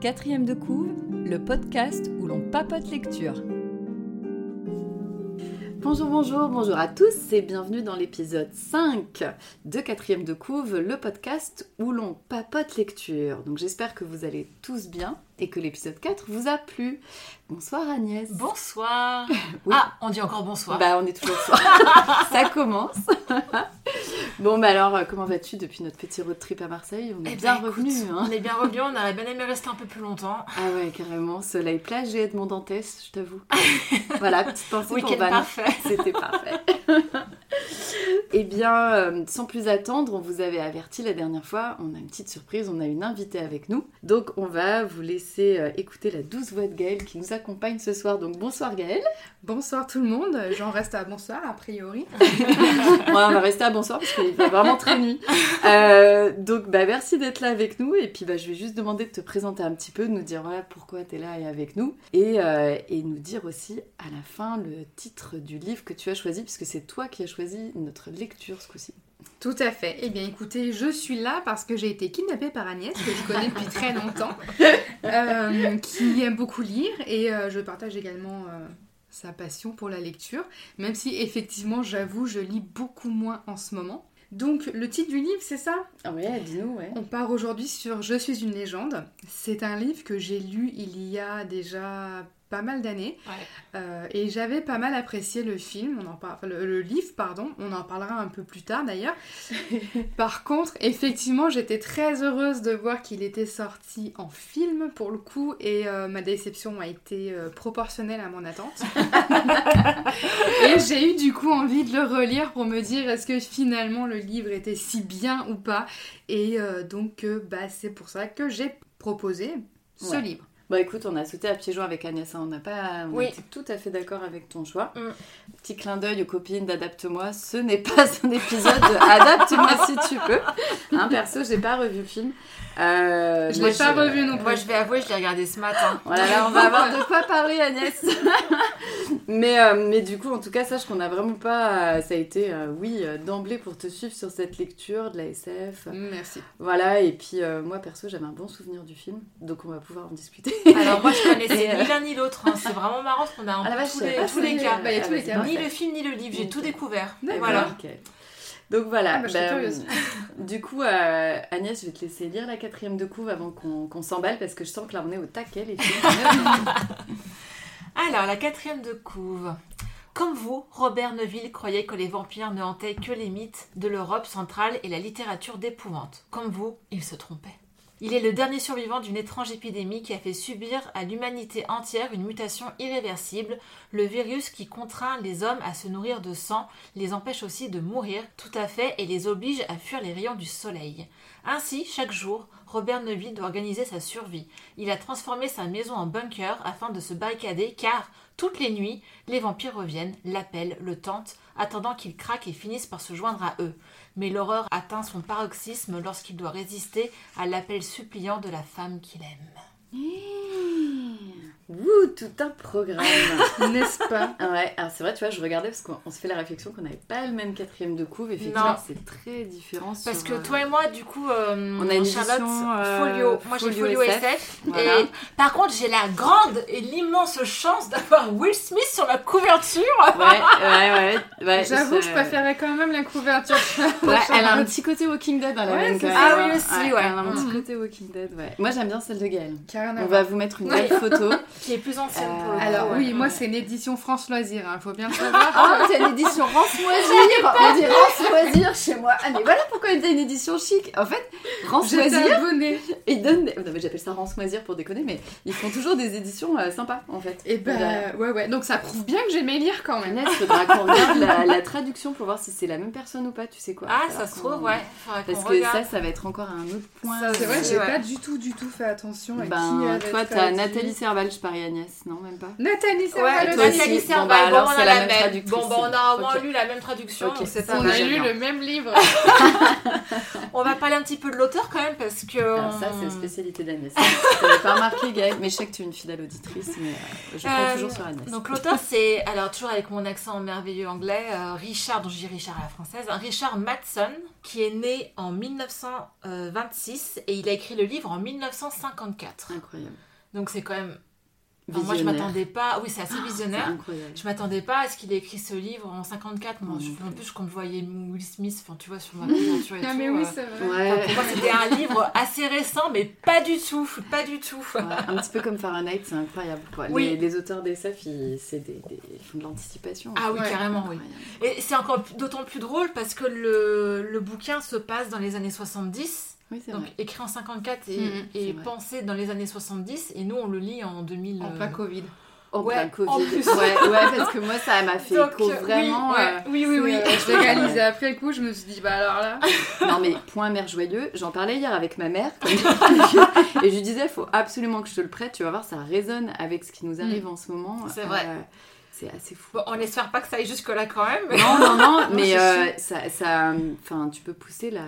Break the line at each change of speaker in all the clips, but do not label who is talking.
Quatrième de couve, le podcast où l'on papote lecture.
Bonjour, bonjour, bonjour à tous et bienvenue dans l'épisode 5 de Quatrième de Couve, le podcast où l'on papote lecture. Donc j'espère que vous allez tous bien et que l'épisode 4 vous a plu. Bonsoir Agnès.
Bonsoir.
Oui.
Ah, on dit encore bonsoir.
Bah on est toujours soir. Ça commence. bon bah alors euh, comment vas-tu depuis notre petit road trip à Marseille On est
Eh
bien
ben,
revenu
écoute,
hein.
On est bien revenu, on aurait bien aimé rester un peu plus longtemps.
Ah ouais carrément, soleil plage et Edmond Dantès, je t'avoue. voilà, petite pensée pour
Week-end
Van.
parfait.
C'était parfait. Eh bien, euh, sans plus attendre, on vous avait averti la dernière fois, on a une petite surprise, on a une invitée avec nous. Donc, on va vous laisser euh, écouter la douce voix de Gaëlle qui nous accompagne ce soir. Donc, bonsoir Gaëlle.
Bonsoir tout le monde, j'en reste à bonsoir a priori.
Ouais, on va rester à bonsoir parce qu'il fait vraiment très nuit. Euh, donc, bah, merci d'être là avec nous. Et puis, bah, je vais juste demander de te présenter un petit peu, de nous dire voilà, pourquoi tu es là et avec nous. Et, euh, et nous dire aussi à la fin le titre du livre que tu as choisi, puisque c'est toi qui as choisi notre lecture ce coup-ci.
Tout à fait. Eh bien écoutez, je suis là parce que j'ai été kidnappée par Agnès, que je connais depuis très longtemps, euh, qui aime beaucoup lire et euh, je partage également euh, sa passion pour la lecture, même si effectivement j'avoue je lis beaucoup moins en ce moment. Donc le titre du livre c'est ça
Ah ouais, dis-nous, ouais.
On part aujourd'hui sur Je suis une légende. C'est un livre que j'ai lu il y a déjà pas mal d'années
Ouais.
Euh, et j'avais pas mal apprécié le film, on en par- le, le livre pardon, on en parlera un peu plus tard d'ailleurs. par contre, effectivement, j'étais très heureuse de voir qu'il était sorti en film pour le coup et euh, ma déception a été euh, proportionnelle à mon attente. et j'ai eu du coup envie de le relire pour me dire est-ce que finalement le livre était si bien ou pas et euh, donc, euh, bah, c'est pour ça que j'ai proposé ce
Ouais.
livre.
Bon, Bah, écoute, on a sauté à pieds joints avec Agnès, hein, on n'a pas. On
Oui.
était tout à fait d'accord avec ton choix.
Mm.
Petit clin d'œil aux copines d'Adapte-moi, ce n'est pas un épisode de Adapte-moi si tu peux. Hein, perso, j'ai pas revu le film. Euh,
Je
mais
l'ai pas revu non plus.
Moi, je vais avouer, je l'ai regardé ce matin.
Voilà, là, on va avoir de quoi parler, Agnès. mais, euh, mais du coup, en tout cas, sache qu'on n'a vraiment pas. euh, ça a été, euh, oui, euh, d'emblée pour te suivre sur cette lecture de la SF.
Merci.
Voilà, et puis euh, moi, perso, j'avais un bon souvenir du film, donc on va pouvoir en discuter.
Alors, moi, je
Et,
connaissais
euh,
ni l'un ni l'autre. hein. C'est vraiment marrant parce qu'on a un
Ah la
peu
vache,
tous
je savais
les,
pas
tous
ça,
les
mais-
cas.
Bah, il y a
ah,
tous les
bah,
cas.
c'est
Ni le
parfait.
film, ni le livre. J'ai tout découvert.
D'accord.
Voilà.
Ah, Ok. Donc voilà.
Ah bah, je suis
ben,
curieuse.
du coup, euh, Agnès, je vais te laisser lire la quatrième de couve avant qu'on qu'on s'emballe parce que je sens que là on est au taquet les filles.
Alors, la quatrième de couve. Comme vous, Robert Neville croyait que les vampires ne hantaient que les mythes de l'Europe centrale et la littérature d'épouvante. Comme vous, il se trompait. Il est le dernier survivant d'une étrange épidémie qui a fait subir à l'humanité entière une mutation irréversible, le virus qui contraint les hommes à se nourrir de sang, les empêche aussi de mourir tout à fait et les oblige à fuir les rayons du soleil. Ainsi, chaque jour, Robert Neville doit organiser sa survie. Il a transformé sa maison en bunker afin de se barricader car, toutes les nuits, les vampires reviennent, l'appellent, le tentent, attendant qu'il craque et finissent par se joindre à eux. Mais l'horreur atteint son paroxysme lorsqu'il doit résister à l'appel suppliant de la femme qu'il aime.
Ouh, tout un programme.
N'est-ce pas
Ah ouais, alors c'est vrai, tu vois, je regardais parce qu'on on se fait la réflexion qu'on n'avait pas le même quatrième de couve. Effectivement,
Non.
c'est très différent. sur,
Parce que
euh,
toi et moi, du coup, euh,
On a une
Charlotte,
édition, euh,
folio. Moi, j'ai
Folio
folio
SF.
SF.
Voilà.
Et par contre, j'ai la grande et l'immense chance d'avoir Will Smith sur la couverture.
Ouais, ouais, ouais. ouais,
J'avoue, je
c'est-
préférais quand même la couverture.
Ouais, elle a un petit côté Walking Dead, elle a
Ouais,
même
c'est
quand
ça.
même,
Ah oui,
hein.
aussi, ouais.
Elle a un
Mm.
petit
Mhm.
côté Walking Dead, ouais. Moi, j'aime bien celle de Gaëlle.
Carrément.
On va vous mettre une belle photo.
Qui est plus ancienne pour le
Euh,
coup,
Alors
ouais.
oui, moi c'est une édition France Loisirs, hein, faut bien le savoir.
Ah, c'est une édition Rance-Loisir On dit Rance-Loisir chez moi. Ah, mais voilà pourquoi il faisait une édition chic. En fait,
J'étais
Rance-Loisir,
abonnée.
ils donnent. des- Non, mais j'appelle ça Rance-Loisir pour déconner, mais ils font toujours des éditions euh, sympas, en fait.
Et ben ouais ouais, donc ça prouve bien que j'aimais lire quand même.
Agnès, faudra qu'on regarde la, la traduction pour voir si c'est la même personne ou pas, tu sais quoi.
Ah,
Alors
ça se
qu'on-
trouve, ouais. Faudrait
Parce
qu'on
que
regarde.
ça, ça va être encore un autre point. Euh,
C'est vrai que j'ai
Ouais.
pas du tout du tout fait attention à qui
Ben,
avait
toi,
traduit.
t'as Nathalie Serval, je Marie-Agnès, non, même pas.
Nathalie
Ouais,
Servalo.
toi aussi.
Nathalie
Bon, bah,
Serval, bon,
alors,
on
c'est la
a la
même
même.
traductrice.
Bon, bah, on a au moins
Ok.
lu la même traduction,
Ok,
donc c'est
ça
pas
on
va,
a
mal.
j'aime
lu
bien.
le même livre.
On va parler un petit peu de l'auteur quand même, parce que...
Alors Ah, ça, c'est spécialité d'Agnès. T'avais pas remarqué, Gaëlle, mais je sais que tu es une fidèle auditrice, mais euh, je prends
Euh,
toujours sur Agnès.
Donc l'auteur, c'est, alors toujours avec mon accent merveilleux anglais, euh, Richard, donc je dis Richard à la française, hein, Richard Madson, qui est né en 1926 et il a écrit le livre en 1954.
Incroyable.
Donc c'est quand même... enfin, moi je
Visionnaire. Ah,
m'attendais pas, oui c'est assez
C'est
visionnaire.
incroyable.
Je m'attendais pas à ce qu'il ait écrit ce livre en 54. Moi,
Non,
je-
non
en plus, quand je voyais Will Smith, enfin, tu vois, sur ma couverture et
non
tout,
mais oui,
euh,
c'est vrai.
Ouais.
enfin, pour moi, c'était un livre assez récent, mais pas du tout, pas du tout.
Ouais, un petit peu comme Fahrenheit, c'est incroyable. quoi.
Oui.
Les, les auteurs d'ESF, ils, c'est des, des- ils font de l'anticipation. en
Ah oui,
Ouais.
carrément, oui.
Incroyable.
Et c'est encore plus- d'autant plus drôle parce que le, le bouquin se passe dans les années 70,
Oui, c'est
donc
vrai.
écrit en 54 et,
Mhm,
et
c'est vrai.
pensé dans les années 70, et nous on le lit en 2000.
En
euh,
plein Covid.
En
ouais,
Oh, plein Covid.
en plus.
Ouais, ouais, parce que moi, ça m'a fait
Donc,
écho
euh, oui,
vraiment.
ouais.
euh,
Oui, oui, oui. Je l'ai réalisé après le coup, je me suis dit, bah alors là.
euh, Non mais point mère joyeux, j'en parlais hier avec ma mère comme d'habitude, et je lui disais faut absolument que je te le prête, tu vas voir ça résonne avec ce qui nous arrive en ce moment.
Mm. C'est vrai.
Euh, c'est assez fou.
bon, on espère pas que ça aille jusque-là quand même. mais-
Non non non, mais
c'est
euh, ça ça enfin tu peux pousser la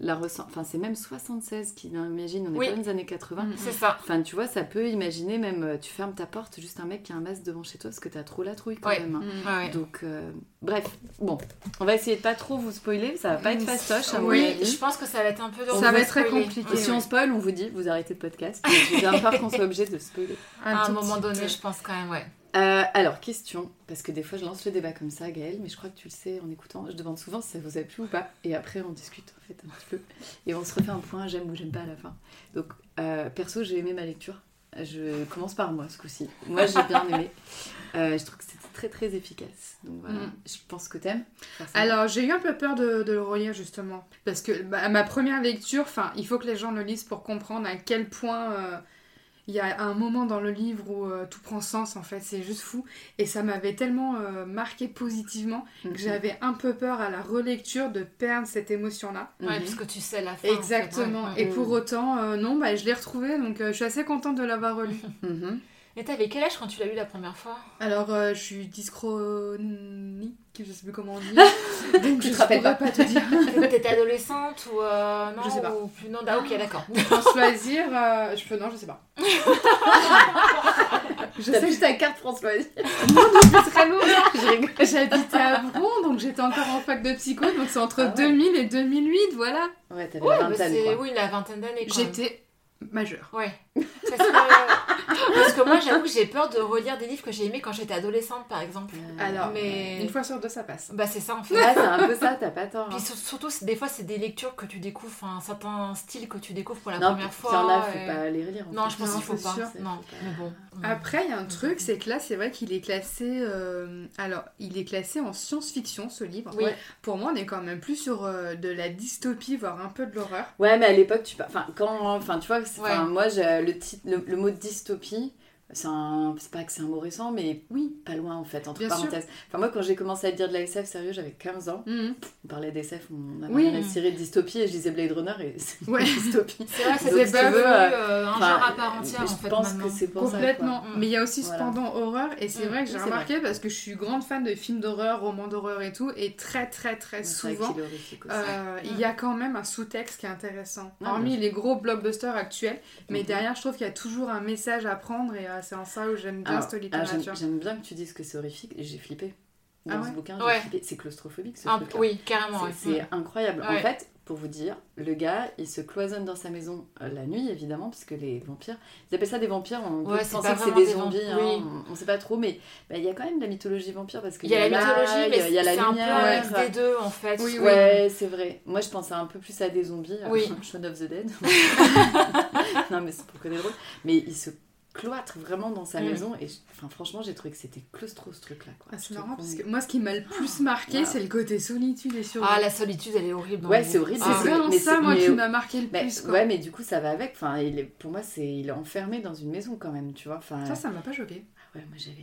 la ressent enfin c'est même 76 qui imagine on est
Oui.
pas dans les années
Mm,
80.
C'est ça.
Enfin, tu vois, ça peut imaginer même, euh, tu fermes ta porte, juste un mec qui a un masque devant chez toi parce que t'as trop la trouille quand
Ouais.
même. hein.
mm.
Ouais, ouais.
Donc, euh, bref, bon, on va essayer de pas trop vous spoiler, ça va pas être fastoche à mon
Oui,
avis.
Je pense que ça va être un peu
Ça va
de
être très
spoiler.
compliqué.
Et si on spoil, on vous dit, vous arrêtez le podcast. J'ai bien peur qu'on soit obligé de spoiler.
À un
tout
moment
petit
donné,
peu.
je pense quand même, ouais.
Euh, alors, question, parce que des fois je lance le débat comme ça, Gaëlle, mais je crois que tu le sais en écoutant. Je demande souvent si ça vous a plu ou pas. Et après, on discute en fait un petit peu. Et on se refait un point, j'aime ou j'aime pas à la fin. Donc, euh, perso, j'ai aimé ma lecture. Je commence par moi ce coup-ci. Moi, j'ai bien aimé. Euh, je trouve que c'était très très efficace. Donc voilà,
Mm.
je pense que t'aimes. forcément.
Alors, j'ai eu un peu peur de, de le relire justement. Parce que bah, ma première lecture, enfin, il faut que les gens le lisent pour comprendre à quel point euh, il y a un moment dans le livre où euh, tout prend sens en fait, c'est juste fou. Et ça m'avait tellement euh, marqué positivement que j'avais un peu peur à la relecture de perdre cette émotion-là.
Mhm.
Ouais, parce que tu sais la fin. en fait,
Exactement.
ouais, ouais.
Et
Mm.
pour autant, euh, non, bah, je l'ai retrouvé donc euh, je suis assez contente de l'avoir relu.
Mhm.
Et t'avais quel âge quand tu l'as lu la première fois
Alors, euh, je suis dyschronique, je sais plus comment on dit. donc, je
te
ne
rappelles
pourrais pas. te dire.
T'étais adolescente ou euh, non
Je sais pas.
ou plus non ah, ok d'accord.
Je pense choisir. euh, je peux, non, je sais pas. je
T'as
sais
plus ta carte François.
que c'est très lourd.
je rigole.
J'habitais à Bron, donc j'étais encore en fac de psycho, donc c'est entre
Ah ouais.
2000 et 2008, voilà.
Ouais, t'avais
Ouais,
la
bah,
vingtaine,
c'est-
quoi.
oui la vingtaine d'années. quand même.
J'étais majeure.
Ouais. Parce que, parce que moi, j'avoue que j'ai peur de relire des livres que j'ai aimés quand j'étais adolescente, par exemple.
Alors,
Euh, Mais-
une fois sur deux, ça passe.
Bah, c'est ça, en
Ah,
fait.
Ouais, c'est un peu ça, t'as pas tort. hein.
Puis sur- surtout, c'est- des fois, c'est des lectures que tu découvres, un certain style que tu découvres pour la
Non,
première fois.
Il y en a, faut
et-
pas les relire. en
Non,
fait.
je pense
Non,
qu'il faut
c'est
pas.
sûr.
Non,
Faut pas. Ah,
mais bon.
Après, il y a un truc, c'est que là, c'est vrai qu'il est classé. euh, alors, il est classé en science-fiction, ce livre.
Oui.
Pour moi, on est quand même plus sur euh, de la dystopie, voire un peu de l'horreur.
Ouais, mais à l'époque, tu par- enfin quand, enfin tu vois, que c'est-
Ouais.
enfin, moi j'ai le, tit- le le mot dystopie, c'est un, c'est pas que c'est un mot récent, mais oui, pas loin en fait entre
Bien sûr.
parenthèses. Enfin moi quand j'ai commencé à dire de la SF sérieux, j'avais 15 ans.
Mhm.
On parlait d'SF, on avait
Oui.
la série de dystopie et je disais Blade Runner et c'est
Ouais.
une dystopie.
C'est vrai,
Donc,
c'est
si tu
devenu
veux, euh,
euh, un
Enfin,
genre à part entière, en
je
fait,
pense
maintenant.
que c'est pour
Complètement.
quoi.
Mais il y a aussi
Mhm. Voilà. Mhm.
cependant horreur, et c'est
Mm.
vrai que j'ai
Oui, c'est
remarqué parce que je suis grande fan de films d'horreur, romans d'horreur et tout, et très très très
ça. Ouais, c'est vrai
souvent,
qu'il est horrifique aussi.
euh, il y a quand même un sous-texte qui est intéressant.
Ah, bien
Hormis les gros blockbusters actuels, mais
Mhm.
derrière, je trouve qu'il y a toujours un message à prendre, et euh, c'est en ça où j'aime bien
Alors, ah,
cette
alors, j'aime-
littérature.
J'aime bien que tu dises que c'est horrifique, j'ai flippé. Dans
Ah ouais
ce bouquin, j'ai
Ouais.
flippé. C'est claustrophobique ce
Un-
truc.
Oui, carrément.
C'est
ouais. Mm.
c'est incroyable. En
Ouais.
fait, pour vous dire, le gars, il se cloisonne dans sa maison euh, la nuit, évidemment, parce que les vampires, ils appellent ça des vampires, on
Ouais,
peut
c'est
penser
pas
que c'est
vraiment
des
des
zombies,
vamp-
hein,
oui.
on ne sait pas trop, mais bah, il y a quand même la mythologie vampire, parce qu'il
Il y a la
l'ail,
mythologie, mais
il y a la
c'est un peu un
lumière.
mix des deux, en fait.
Oui, oui.
Ouais, c'est vrai. Moi, je pensais un peu plus à des zombies, euh,
Oui.
Shaun of the Dead. non, mais c'est pour que des drôles. Mais il se cloître vraiment dans sa
Mm.
maison, et je- enfin, franchement, j'ai trouvé que c'était claustro ce truc-là. quoi.
Ah, c'est
Je te
marrant parce
promets.
que moi, ce qui m'a le plus marqué,
Wow.
c'est le côté solitude et survie.
Ah, la solitude, elle est horrible. dans
Ouais,
le
c'est
livre.
horrible,
C'est
Ah,
vrai.
vraiment
mais c'est-
ça, moi,
mais-
qui m'a marqué le
Mais,
plus. Quoi.
ouais, mais du coup, ça va avec. Enfin, il est, pour moi, c'est il est enfermé dans une maison quand même, tu vois. Enfin,
Ça, ça m'a pas choqué.
ouais, moi j'avais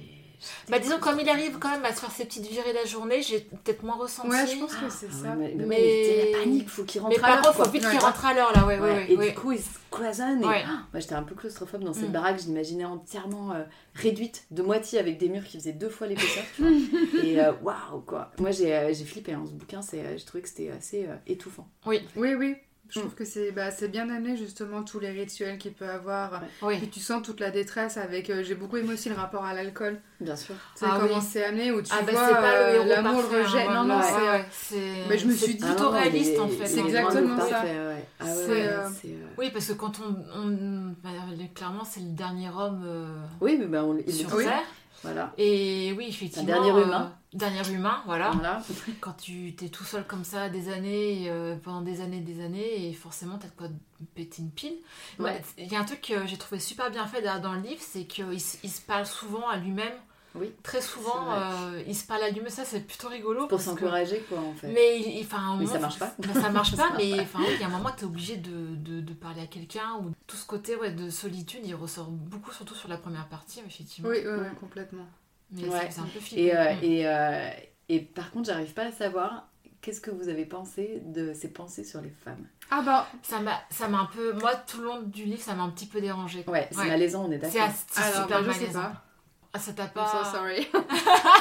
Bah disons, comme il arrive quand même à se faire ses petites virées la journée, j'ai peut-être moins ressenti.
Ouais, je pense que c'est ça.
Ah mais,
mais-
mais la panique, faut qu'il rentre
Mais
à
par
l'heure,
contre,
quoi.
faut vite
Ouais.
qu'il rentre à l'heure là, ouais, ouais,
Ouais,
ouais.
et
ouais.
du coup, ils se cloisonnent. et-
Ouais.
Ah, moi, j'étais un peu claustrophobe dans cette
Mm.
baraque. Je l'imaginais entièrement euh, réduite de moitié avec des murs qui faisaient deux fois l'épaisseur. tu vois. et euh, waouh, quoi. Moi, j'ai euh, j'ai flippé hein, ce bouquin. c'est, euh, J'ai trouvé que c'était assez euh, étouffant.
Oui, oui. Je trouve que c'est bah, c'est bien amené justement tous les rituels qu'il peut avoir.
Oui.
Et tu sens toute la détresse avec. euh, J'ai beaucoup aimé aussi le rapport à l'alcool.
Bien sûr.
C'est
Ah
comment
oui.
c'est amené où tu
Ah bah,
vois
c'est pas le
euh,
héros
l'amour
parfait, hein,
rejet. non,
voilà.
non,
Ouais,
c'est
ouais, c'est.
Mais je me
c'est
suis dit-
Ah
plutôt
non,
réaliste
mais-
en fait.
c'est
hein.
exactement
le
ça.
parfait, ouais. Ah ouais,
C'est,
ouais,
euh,
c'est, euh,
Oui, parce que quand on. on- bah, clairement, c'est le dernier homme euh,
Oui, mais ben, on, il
sur
le dit.
Oui.
Terre.
Voilà.
Et oui, effectivement. euh,
dernier humain.
Dernier humain, voilà.
Voilà.
Quand tu t'es tout seul comme ça des années, euh, pendant des années, des années, et forcément t'as de quoi te péter une pile.
Ouais.
Bah, Il y a un truc que j'ai trouvé super bien fait dans dans le livre, c'est qu'il s- il se parle souvent à lui-même.
Oui,
Très souvent,
vrai.
euh, il se parle à lui-même. Ça, c'est plutôt rigolo.
Pour
parce que-
s'encourager, quoi, en fait.
Mais, il- il- enfin, au
Mais
moment-
ça marche pas.
Bah, ça marche pas, mais enfin, oui, il y a un moment, t'es obligé de, de, de parler à quelqu'un. ou Tout ce côté ouais, de solitude, il ressort beaucoup, surtout sur la première partie, effectivement.
Oui, oui, oui, complètement.
Mais
Ouais.
ça c'est un peu flippant.
Et, euh,
Mm.
et, euh, et par contre, j'arrive pas à savoir qu'est-ce que vous avez pensé de ces pensées sur les femmes.
Ah bah,
Ça m'a ça m'a un peu. Moi, tout le long du livre, ça m'a un petit peu dérangé.
Ouais, c'est
Ouais.
malaisant, on est
C'est
d'accord.
as- c'est
alors
super
bah, je sais
malaisant.
pas.
Ah, ça t'a pas.
I'm so sorry.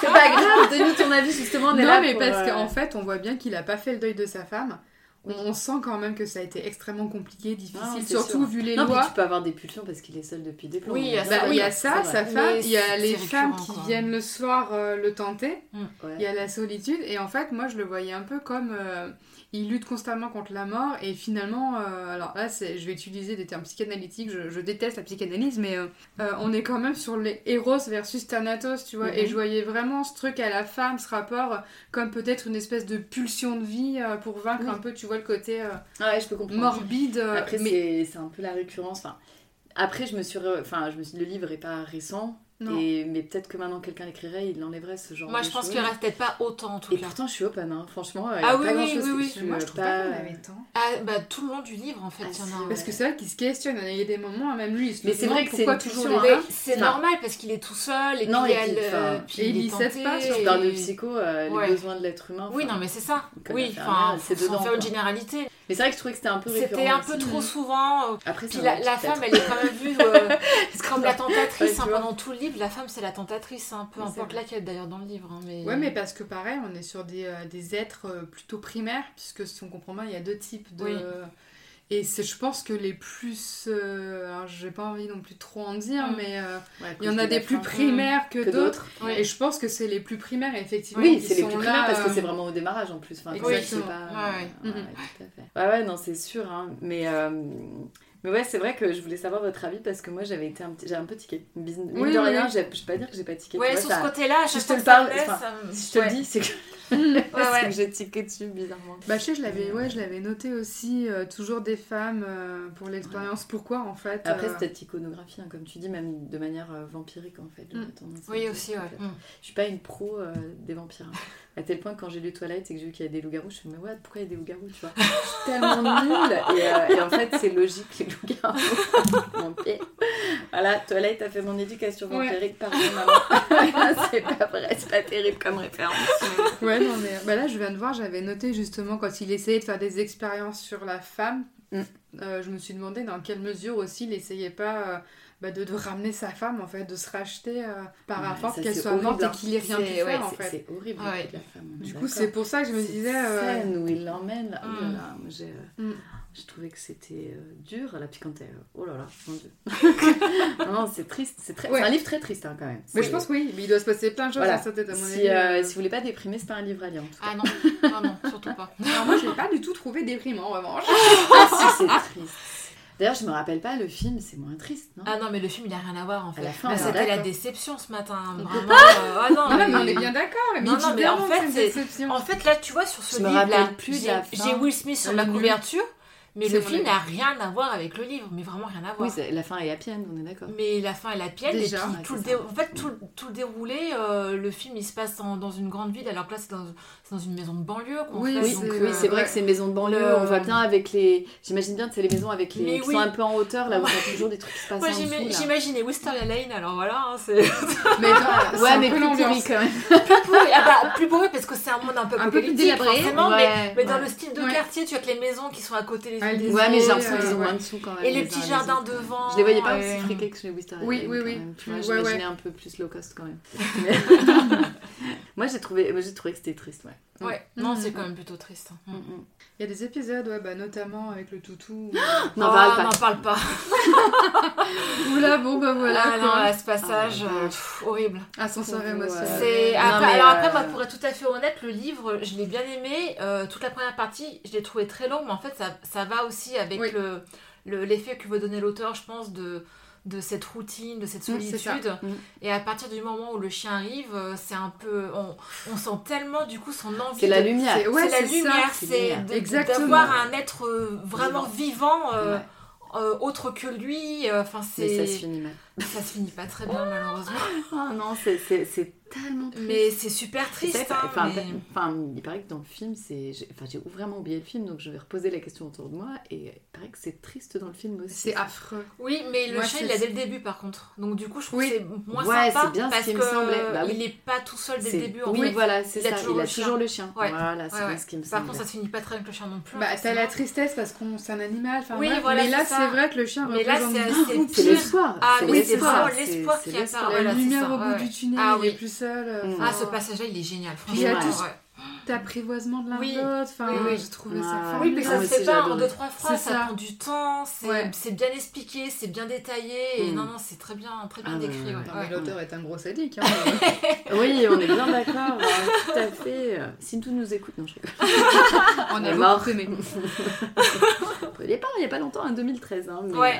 C'est pas grave, donne-nous ton avis, justement, on est là
Non, mais
pour,
parce
euh,
qu'en fait, on voit bien qu'il a pas fait le deuil de sa femme. On, on sent quand même que ça a été extrêmement compliqué,
Ah,
difficile,
c'est
surtout
sûr.
vu les
Non, mais
lois.
tu peux avoir des pulsions parce qu'il est seul depuis des plombs.
Oui, il y a
Bah,
ça,
il y a ça,
c'est
sa
vrai.
femme,
Mais
il y a
c'est-
les
c'est
femmes
récurrent,
qui
quoi.
viennent le soir euh, le tenter,
Ouais.
il y a la solitude, et en fait, moi je le voyais un peu comme euh, il lutte constamment contre la mort, et finalement, euh, alors là, c'est- je vais utiliser des termes psychanalytiques, je, je déteste la psychanalyse, mais euh, euh, on est quand même sur les héros versus Thanatos, tu vois,
Mhm.
et je voyais vraiment ce truc à la femme, ce rapport, euh, comme peut-être une espèce de pulsion de vie euh, pour vaincre
Oui.
un peu, tu vois, le côté euh,
Ah ouais, je peux comprendre.
morbide. euh,
Après,
mais-
c'est- c'est un peu la récurrence. Enfin, après, je me suis, re- enfin, je me suis, le livre est pas récent,
Non.
et mais peut-être que maintenant quelqu'un l'écrirait, il enlèverait ce genre.
Moi,
de
je pense
choses.
qu'il y aurait peut-être pas autant, en tout
Et
cas.
pourtant, je suis open, hein. franchement. il y a
Ah
pas
oui, oui,
grand-chose
oui,
que
oui.
je
Mais moi je trouve pas qu'on
pas-
avait tant.
Ah, bah, tout le long du livre, en fait,
Ah,
il y en
si,
a un.
ouais.
Parce que c'est vrai qu'il se questionne, il y a des moments, même lui, il se
Mais c'est vrai
demande
que c'est
pourquoi
une
toujours
pulsion,
les
hein.
femmes.
C'est
Non.
normal parce qu'il est tout seul et
Non,
puis
et puis,
elle, euh,
enfin,
puis
et
il
il
est
sait
tenté.
pas,
Surtout
et-
dans le psycho, euh,
Ouais.
les besoins de l'être humain.
Oui,
enfin.
non, mais c'est ça.
comme
Oui,
la fermière,
enfin,
elle, c'est
faut- faut
dedans,
faire une
quoi.
généralité.
Mais c'est vrai que je trouvais que c'était un peu récurrent.
C'était un peu
aussi.
trop souvent. euh,
Après,
Puis
c'est
la,
un
la
petit
femme,
être.
elle est quand même vue euh,
Parce qu'on
comme
a-
la tentatrice.
Ouais,
hein,
tu vois.
pendant tout le livre, la femme, c'est la tentatrice, hein, peu
Oui, c'est
importe
vrai.
laquelle d'ailleurs dans le livre. hein, mais...
Ouais, mais parce que pareil, on est sur des, euh, des êtres euh, plutôt primaires, puisque si on comprend bien, il y a deux types de.
Oui.
Et c'est, je pense que les plus. euh, alors, j'ai pas envie non plus trop en dire,
Mm.
mais euh,
Ouais,
il y en
cause
a
de
des
la
plus
faim
primaires que,
que
d'autres.
d'autres.
Oui.
Et je pense que c'est les plus primaires, effectivement.
Oui,
qui
c'est les
sont
plus
là,
primaires parce que
euh,
c'est vraiment au démarrage en plus. Enfin, tu
Exactement.
sais, c'est pas-
Ouais,
ouais. Mm-hmm.
ouais, tout à fait. Ouais, ouais, non, c'est sûr. hein. Mais, euh, mais ouais, c'est vrai que je voulais savoir votre avis parce que moi, j'avais été un petit... j'ai un peu tiqué. Mine mine
Oui,
de
oui,
rien,
oui.
j'ai- je peux pas dire que j'ai pas tiqué. tu
Ouais,
vois,
sur
ça-
ce côté-là, à chaque
je te
fois
le
que ça
parle,
me laisse,
enfin,
ça me-
Si je te
Ouais.
le dis, c'est que,
Ouais,
c'est
ouais.
que j'ai tiqué dessus bizarrement.
Bah, je sais, je l'avais, ouais, je l'avais noté aussi, euh, toujours des femmes euh, pour l'expérience. Pourquoi, en fait
Après,
euh,
c'est peut-être iconographie, hein, comme tu dis, même de manière euh, vampirique en fait.
Mm.
j'aurais tendance à
Oui,
dire,
aussi,
en
ouais.
fait.
Mm.
Je suis pas une pro euh, des vampires. hein. À tel point que quand j'ai lu Twilight et que j'ai vu qu'il y a des loups-garous, je me suis dit, mais what, pourquoi il y a des loups-garous, tu vois Je suis tellement nulle et, euh, et en fait, c'est logique, les loups-garous. mon pied. Voilà, Twilight a fait mon éducation
Ouais.
vampirique, pardon, maman. c'est pas vrai, c'est pas terrible comme référence.
Ouais, non, mais bah là, je viens de voir, j'avais noté justement quand il essayait de faire des expériences sur la femme,
Mm.
euh, je me suis demandé dans quelle mesure aussi il essayait pas euh, bah, de, de ramener sa femme, en fait, de se racheter euh, par
Ouais,
rapport
ça,
qu'elle
c'est
soit morte
horrible, hein.
et qu'il ait rien pu
C'est
faire,
ouais,
en
c'est-
fait. Ah
c'est horrible, le
Ouais.
coup de la femme. on est
Du coup,
d'accord.
c'est pour ça que je me
Cette
disais. euh,
scène où il l'emmène, là, oh là
Mm.
là, moi, j'ai, euh,
Mm.
je trouvais que c'était euh, dur, la piquante, oh là là, mon dieu. non, non, c'est triste, c'est très-
Ouais.
c'est un livre très triste hein, quand même.
Mais
C'est-
je pense que oui, mais il doit se passer plein de choses
Voilà.
dans sa tête, à mon
si,
avis.
euh, si vous voulez pas déprimer, c'est pas un livre à lire en tout cas.
Ah non, non, non, surtout pas.
Alors, moi, je l'ai pas du tout trouvé déprimant, en revanche.
Ah, si, c'est triste. D'ailleurs, je me rappelle pas, le film, c'est moins triste, non
Ah non, mais le film, il a rien à voir en fait.
la fin,
Bah,
on est
C'était la
d'accord.
déception ce matin. Vraiment. euh, ah non,
Non, mais
mais-
on est bien d'accord. Mais
Non, non, mais en
évidemment que
fait,
c'est une
c'est-
déception.
En fait, là, tu vois, sur ce
Je me
livre-là,
rappelle plus de
j'ai
la fin.
j'ai Will Smith sur
Elle
la
est nulle.
couverture. Mais
C'est
le
mon
film
avis.
n'a rien à voir avec le livre, mais vraiment rien à voir.
Oui, c'est- la fin est happy end, on est d'accord.
mais la fin est la pièce, et
Déjà,
puis
ouais,
tout
c'est
le
ça.
dé- en fait, tout, tout le déroulé, euh, le film il se passe dans, dans une grande ville, alors que là c'est dans, c'est dans une maison de banlieue. qu'on
Oui,
fait,
Oui,
donc,
oui,
c'est-
euh,
c'est vrai
ouais.
que c'est maison de banlieue, on voit bien avec les. J'imagine bien que c'est les maisons avec les.
Mais
qui
oui.
sont un peu en hauteur, là où il y a toujours des trucs qui se passent
Moi
en dessous.
j'ima-
là.
j'imaginais Wisteria Lane, alors voilà, hein, c'est
Mais genre, c'est
Ouais,
un
mais
peu
plus
l'ambiance.
pourri quand même.
plus pourri, ah bah, plus pourri parce que c'est un monde un peu
Un peu plus
apocalyptique,
délabré,
forcément, mais-
Ouais,
mais, dans
ouais.
le style de
Ouais.
quartier, tu vois que les maisons qui sont à côté les
Ah,
unes des
les-
autres,
Ouais, mais j'ai l'impression
euh,
qu'ils ont
ouais.
un dessous quand même.
et les
uns
petits
les
jardins
autres.
devant.
Je les voyais pas
euh,
aussi friqués que chez Wisteria.
Oui,
Lane,
oui,
quand
oui.
même. Tu vois,
Ouais,
j'imaginais
ouais.
un peu plus low cost quand même. Moi, j'ai trouvé, moi, j'ai trouvé que c'était triste, ouais.
Ouais, non,
Mhm.
c'est quand même plutôt triste. hein.
Mm, mm.
Il y a des épisodes, ouais, bah, notamment avec le toutou.
N'en
Ah,
parle pas.
N'en parle pas.
Oula, bon, bah voilà.
Ah,
quoi.
non, là, ce passage,
Ah, ouais.
euh, pff, horrible.
Ascenseur émotionnel.
C'est
Non,
après-
mais,
alors
euh,
après, moi, pour être tout à fait honnête, le livre, je l'ai bien aimé. Euh, toute la première partie, je l'ai trouvé très longue, mais en fait, ça, ça va aussi avec
Oui.
le le- l'effet que veut donner l'auteur, je pense, de de cette routine, de cette
Mm, c'est ça.
solitude.
Mm.
Et à partir du moment où le chien arrive, euh, c'est un peu, on, on sent tellement du coup son envie.
C'est la
de-
lumière.
C'est-
c'est
Ouais,
la
c'est ça.
lumière,
c'est
c'est
lumière.
de-
Exactement.
d'avoir un être euh, vraiment vivant. euh,
Ouais.
euh, autre que lui, euh, enfin
Mais ça se
c'est.
finit mal.
Ça se finit pas très bien malheureusement.
Ah non, c'est- c'est c'est tellement triste.
Mais c'est super
C'est vrai,
triste. hein,
enfin, ben,
mais-
enfin, il paraît que dans le film, c'est, j'ai- enfin, j'ai vraiment oublié le film, donc je vais reposer la question autour de moi. Et il paraît que c'est triste dans le film aussi.
C'est affreux.
Oui, mais le
Moi,
chien,
c'est-
il l'a dès le début, par contre. Donc, du coup, je trouve
Oui.
que c'est moins
Ouais,
sympa
c'est bien ce
parce
qui me
que
semblait. Bah oui.
il est pas tout seul dès
C'est-
le début. En
oui,
fait.
voilà, c'est
Il a
ça.
toujours
il a
le chien.
toujours le chien.
Ouais.
Voilà, c'est
Ouais,
bien
ouais.
ce qui me
Par
semble.
contre, ça se finit pas très bien avec le chien non plus. hein,
Bah, t'as la
forcément.
tristesse parce qu'on c'est un animal. Enfin,
Oui,
bref,
voilà,
mais là,
c'est ça.
c'est vrai que le chien
Mais là,
représente
c'est- c'est
beaucoup
c'est
pire.
plus
l'espoir.
Ah,
c'est
oui, c'est
l'espoir,
vraiment l'espoir
c'est-
qui
c'est l'espoir.
apparaît.
la
Voilà, c'est
lumière
ça,
au bout
ouais, ouais.
du tunnel.
Ah
il est
oui.
plus seul. euh,
Mm.
enfin,
Ah, ce passage-là, il est génial.
il y a
Franchement,
tout-
ouais.
D'apprivoisement de l'un
Oui.
de l'autre. Enfin,
Oui, oui.
j'ai trouvé
Ouais.
ça
Ah,
formidable.
Oui, mais ça
moi
se
aussi,
fait pas en
j'adore.
deux, trois phrases.
C'est
Ça.
ça.
prend du temps. C'est
Ouais.
c'est bien expliqué, c'est bien détaillé. Et
Mm.
non, non, c'est très bien, très bien
Ah,
décrit.
ouais,
ouais,
Non,
ouais.
mais L'auteur est un gros sadique. hein.
Oui, on est bien d'accord. euh, tout à fait. euh, Si tout nous écoute, non, je rigole.
On
est
a
mort.
beaucoup aimé.
Il n'y a pas, il y a pas longtemps, en 2013. hein, mais,
Ouais.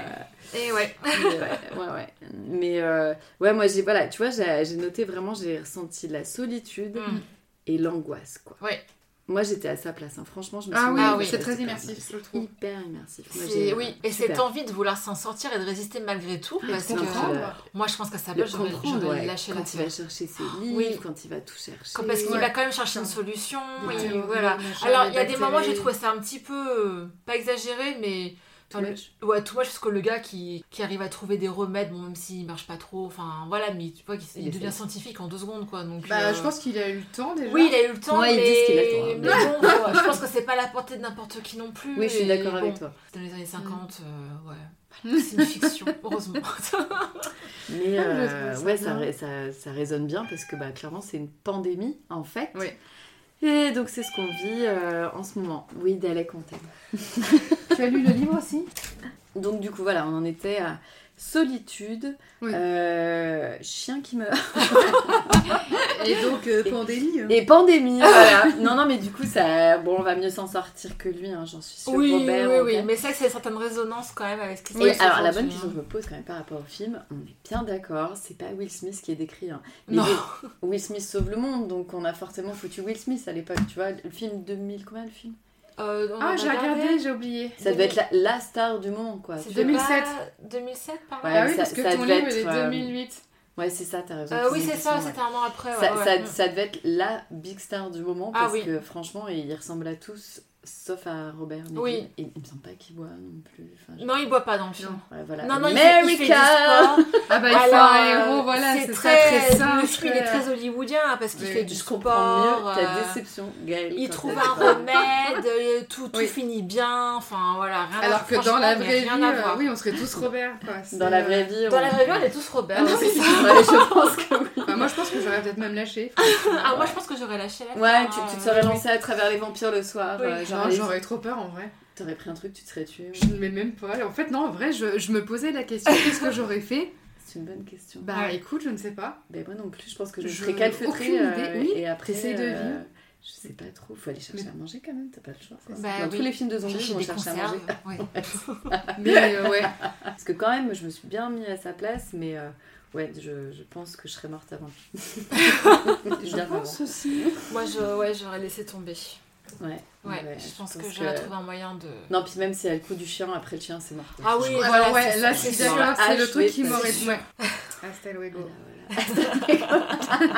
euh,
Et ouais.
Mais ouais, ouais, ouais. Mais euh, ouais, moi j'ai voilà, tu vois, j'ai j'ai noté vraiment, j'ai ressenti la solitude
Mm.
et l'angoisse, quoi.
Ouais.
Moi j'étais à sa place, hein. franchement, je me suis
Ah oui,
mis à
oui,
sa
c'est
place,
très
c'était
immersif, je trouve.
Hyper immersif. Moi,
C'est-
j'ai-
Oui, et
super. Ah,
cette envie de vouloir s'en sortir et de résister malgré tout, parce
c'est
que
comprendre.
moi je pense qu'à sa
Le
place, j'aurais
comprendre,
j'aurais
ouais.
lâché la
quand il va chercher ses livres,
Oh, Oui.
quand il va tout chercher.
Quand- parce qu'il
Ouais.
va quand même chercher une solution.
Des
et
théories,
voilà.
machin,
Alors,
des
il y a des moments où j'ai
bactéries.
trouvé ça un petit peu, euh, pas exagéré, mais. enfin,
Too
le-
much.
Ouais, tout moche, parce que le gars qui, qui arrive à trouver des remèdes, bon, même s'il marche pas trop, enfin voilà, mais tu vois qu'il
Il
il devient
essaie.
scientifique en deux secondes, quoi. Donc,
Bah,
euh,
je pense qu'il a eu le temps déjà.
Oui, il a eu le temps,
Ouais, ils
mais,
disent qu'il attend, hein,
mais bon, quoi, je pense que c'est pas à la portée de n'importe qui non plus.
Oui, je suis
et
d'accord
bon,
avec toi.
Dans les années 50, euh, ouais.
Mm.
Voilà, c'est une fiction, heureusement.
Mais
Ah, je
euh,
trouve ça
ouais, ça,
bien.
ré- ça, ça résonne bien parce que bah, clairement, c'est une pandémie en fait.
Oui.
Et donc, c'est ce qu'on vit euh, en ce moment. Oui, Dalek, on t'aime.
Tu as lu le livre aussi
Donc du coup voilà, on en était à solitude,
Oui.
euh, chien qui meurt
Et donc, euh, pandémie. hein.
et pandémie.
Ah.
voilà. Non non mais du coup ça, bon on va mieux s'en sortir que lui, hein, j'en suis sûre.
oui,
Robert,
oui,
en
oui,
fait.
mais ça, c'est certaines résonances quand même avec ce qui se
Et
passe
alors la bonne
aujourd'hui,
question que
hein.
je me pose quand même par rapport au film, on est bien d'accord, c'est pas Will Smith qui est décrit. hein. Mais
Non,
bon, Will Smith sauve le monde, donc on a forcément foutu Will Smith à l'époque, tu vois. Le film 2000, combien le film
Euh, on
Ah,
a
j'ai regardé, j'ai oublié.
Ça devait être la, la star du monde, quoi.
C'est
tu
2007.
pas 2007, pardon
Ouais,
Ah
ça-
oui, parce que
ça
ton
devait
livre, il est
être, euh,
2008.
vois. Ouais, c'est ça, t'as raison.
Euh, oui, c'est ça,
ouais.
c'était un an après. Ouais,
ça,
ouais.
ça-
Mm.
ça devait être la big star du moment
Ah
parce
oui.
que franchement, il ressemble à tous sauf à Robert Neville.
Oui.
Et il me semble pas qu'il boit non plus. Enfin, je-
Non, il boit pas dans le film.
Voilà, voilà.
Non, non, il fait, il fait du
America
sport.
Ah bah, il faut
Alors,
un héros,
euh,
voilà, c'est ça,
très,
très simple.
Le film il est très hollywoodien hein, parce qu'il
Oui,
fait du
Je
sport.
comprends mieux ta
euh,
déception, Gaëlle.
Il
quand
trouve
t'as
un
pas-
remède, euh, tout, tout
Oui.
finit bien, enfin voilà, rien à-
Alors que dans la
franchement,
vraie
il
vie,
y a rien à
euh,
voir.
oui, on serait tous Robert. Quoi. C'est,
Dans la
euh,
vraie vie.
Dans
on-
la vraie vie, on est tous Robert. hein.
Ah non,
c'est
mais
ça.
Ouais, je pense que oui.
enfin, moi, je pense que j'aurais peut-être même lâché.
Ah, moi je pense que j'aurais lâché la
Ouais,
tête,
tu,
hein,
tu te
euh,
serais lancé à travers les vampires le soir.
Oui.
euh, genre,
Genre,
les-
j'aurais eu trop peur en vrai.
T'aurais pris un truc, tu te serais tué.
Je ne mets même pas. En fait, non, en vrai, je, je me posais la question qu'est-ce que j'aurais fait
C'est une bonne question.
Bah,
Ouais.
écoute, je ne sais pas.
Ben moi non plus, je pense que je,
Je-
serais calfeutrée.
aucune idée, oui.
Et après,
T'essayes de
euh,
vivre.
Je sais pas trop. Faut aller chercher
Mais-
à manger quand même. T'as pas le choix. quoi.
Bah
Dans
oui.
tous les films de zombies,
Chercher
on
des euh,
cherche à manger.
conserves. ouais.
Mais euh, ouais.
Parce que quand même, je me suis bien mis à sa place, mais euh, ouais, je, je pense que je serais morte avant.
Je
Bien Oh,
pense aussi.
Moi, je, ouais, j'aurais laissé tomber.
Ouais.
Ouais,
Ouais,
je pense que, j'aurais trouvé un moyen de.
Non, puis même si elle coup du chien, après le chien, c'est mort.
Ah oui,
Je
Ouais,
crois-
voilà,
ouais,
c'est ça,
là, je suis
c'est ça.
d'accord, c'est le
Ah,
truc
oui,
qui
parce
m'aurait.
que-
Ouais. Hasta luego.
Voilà, voilà.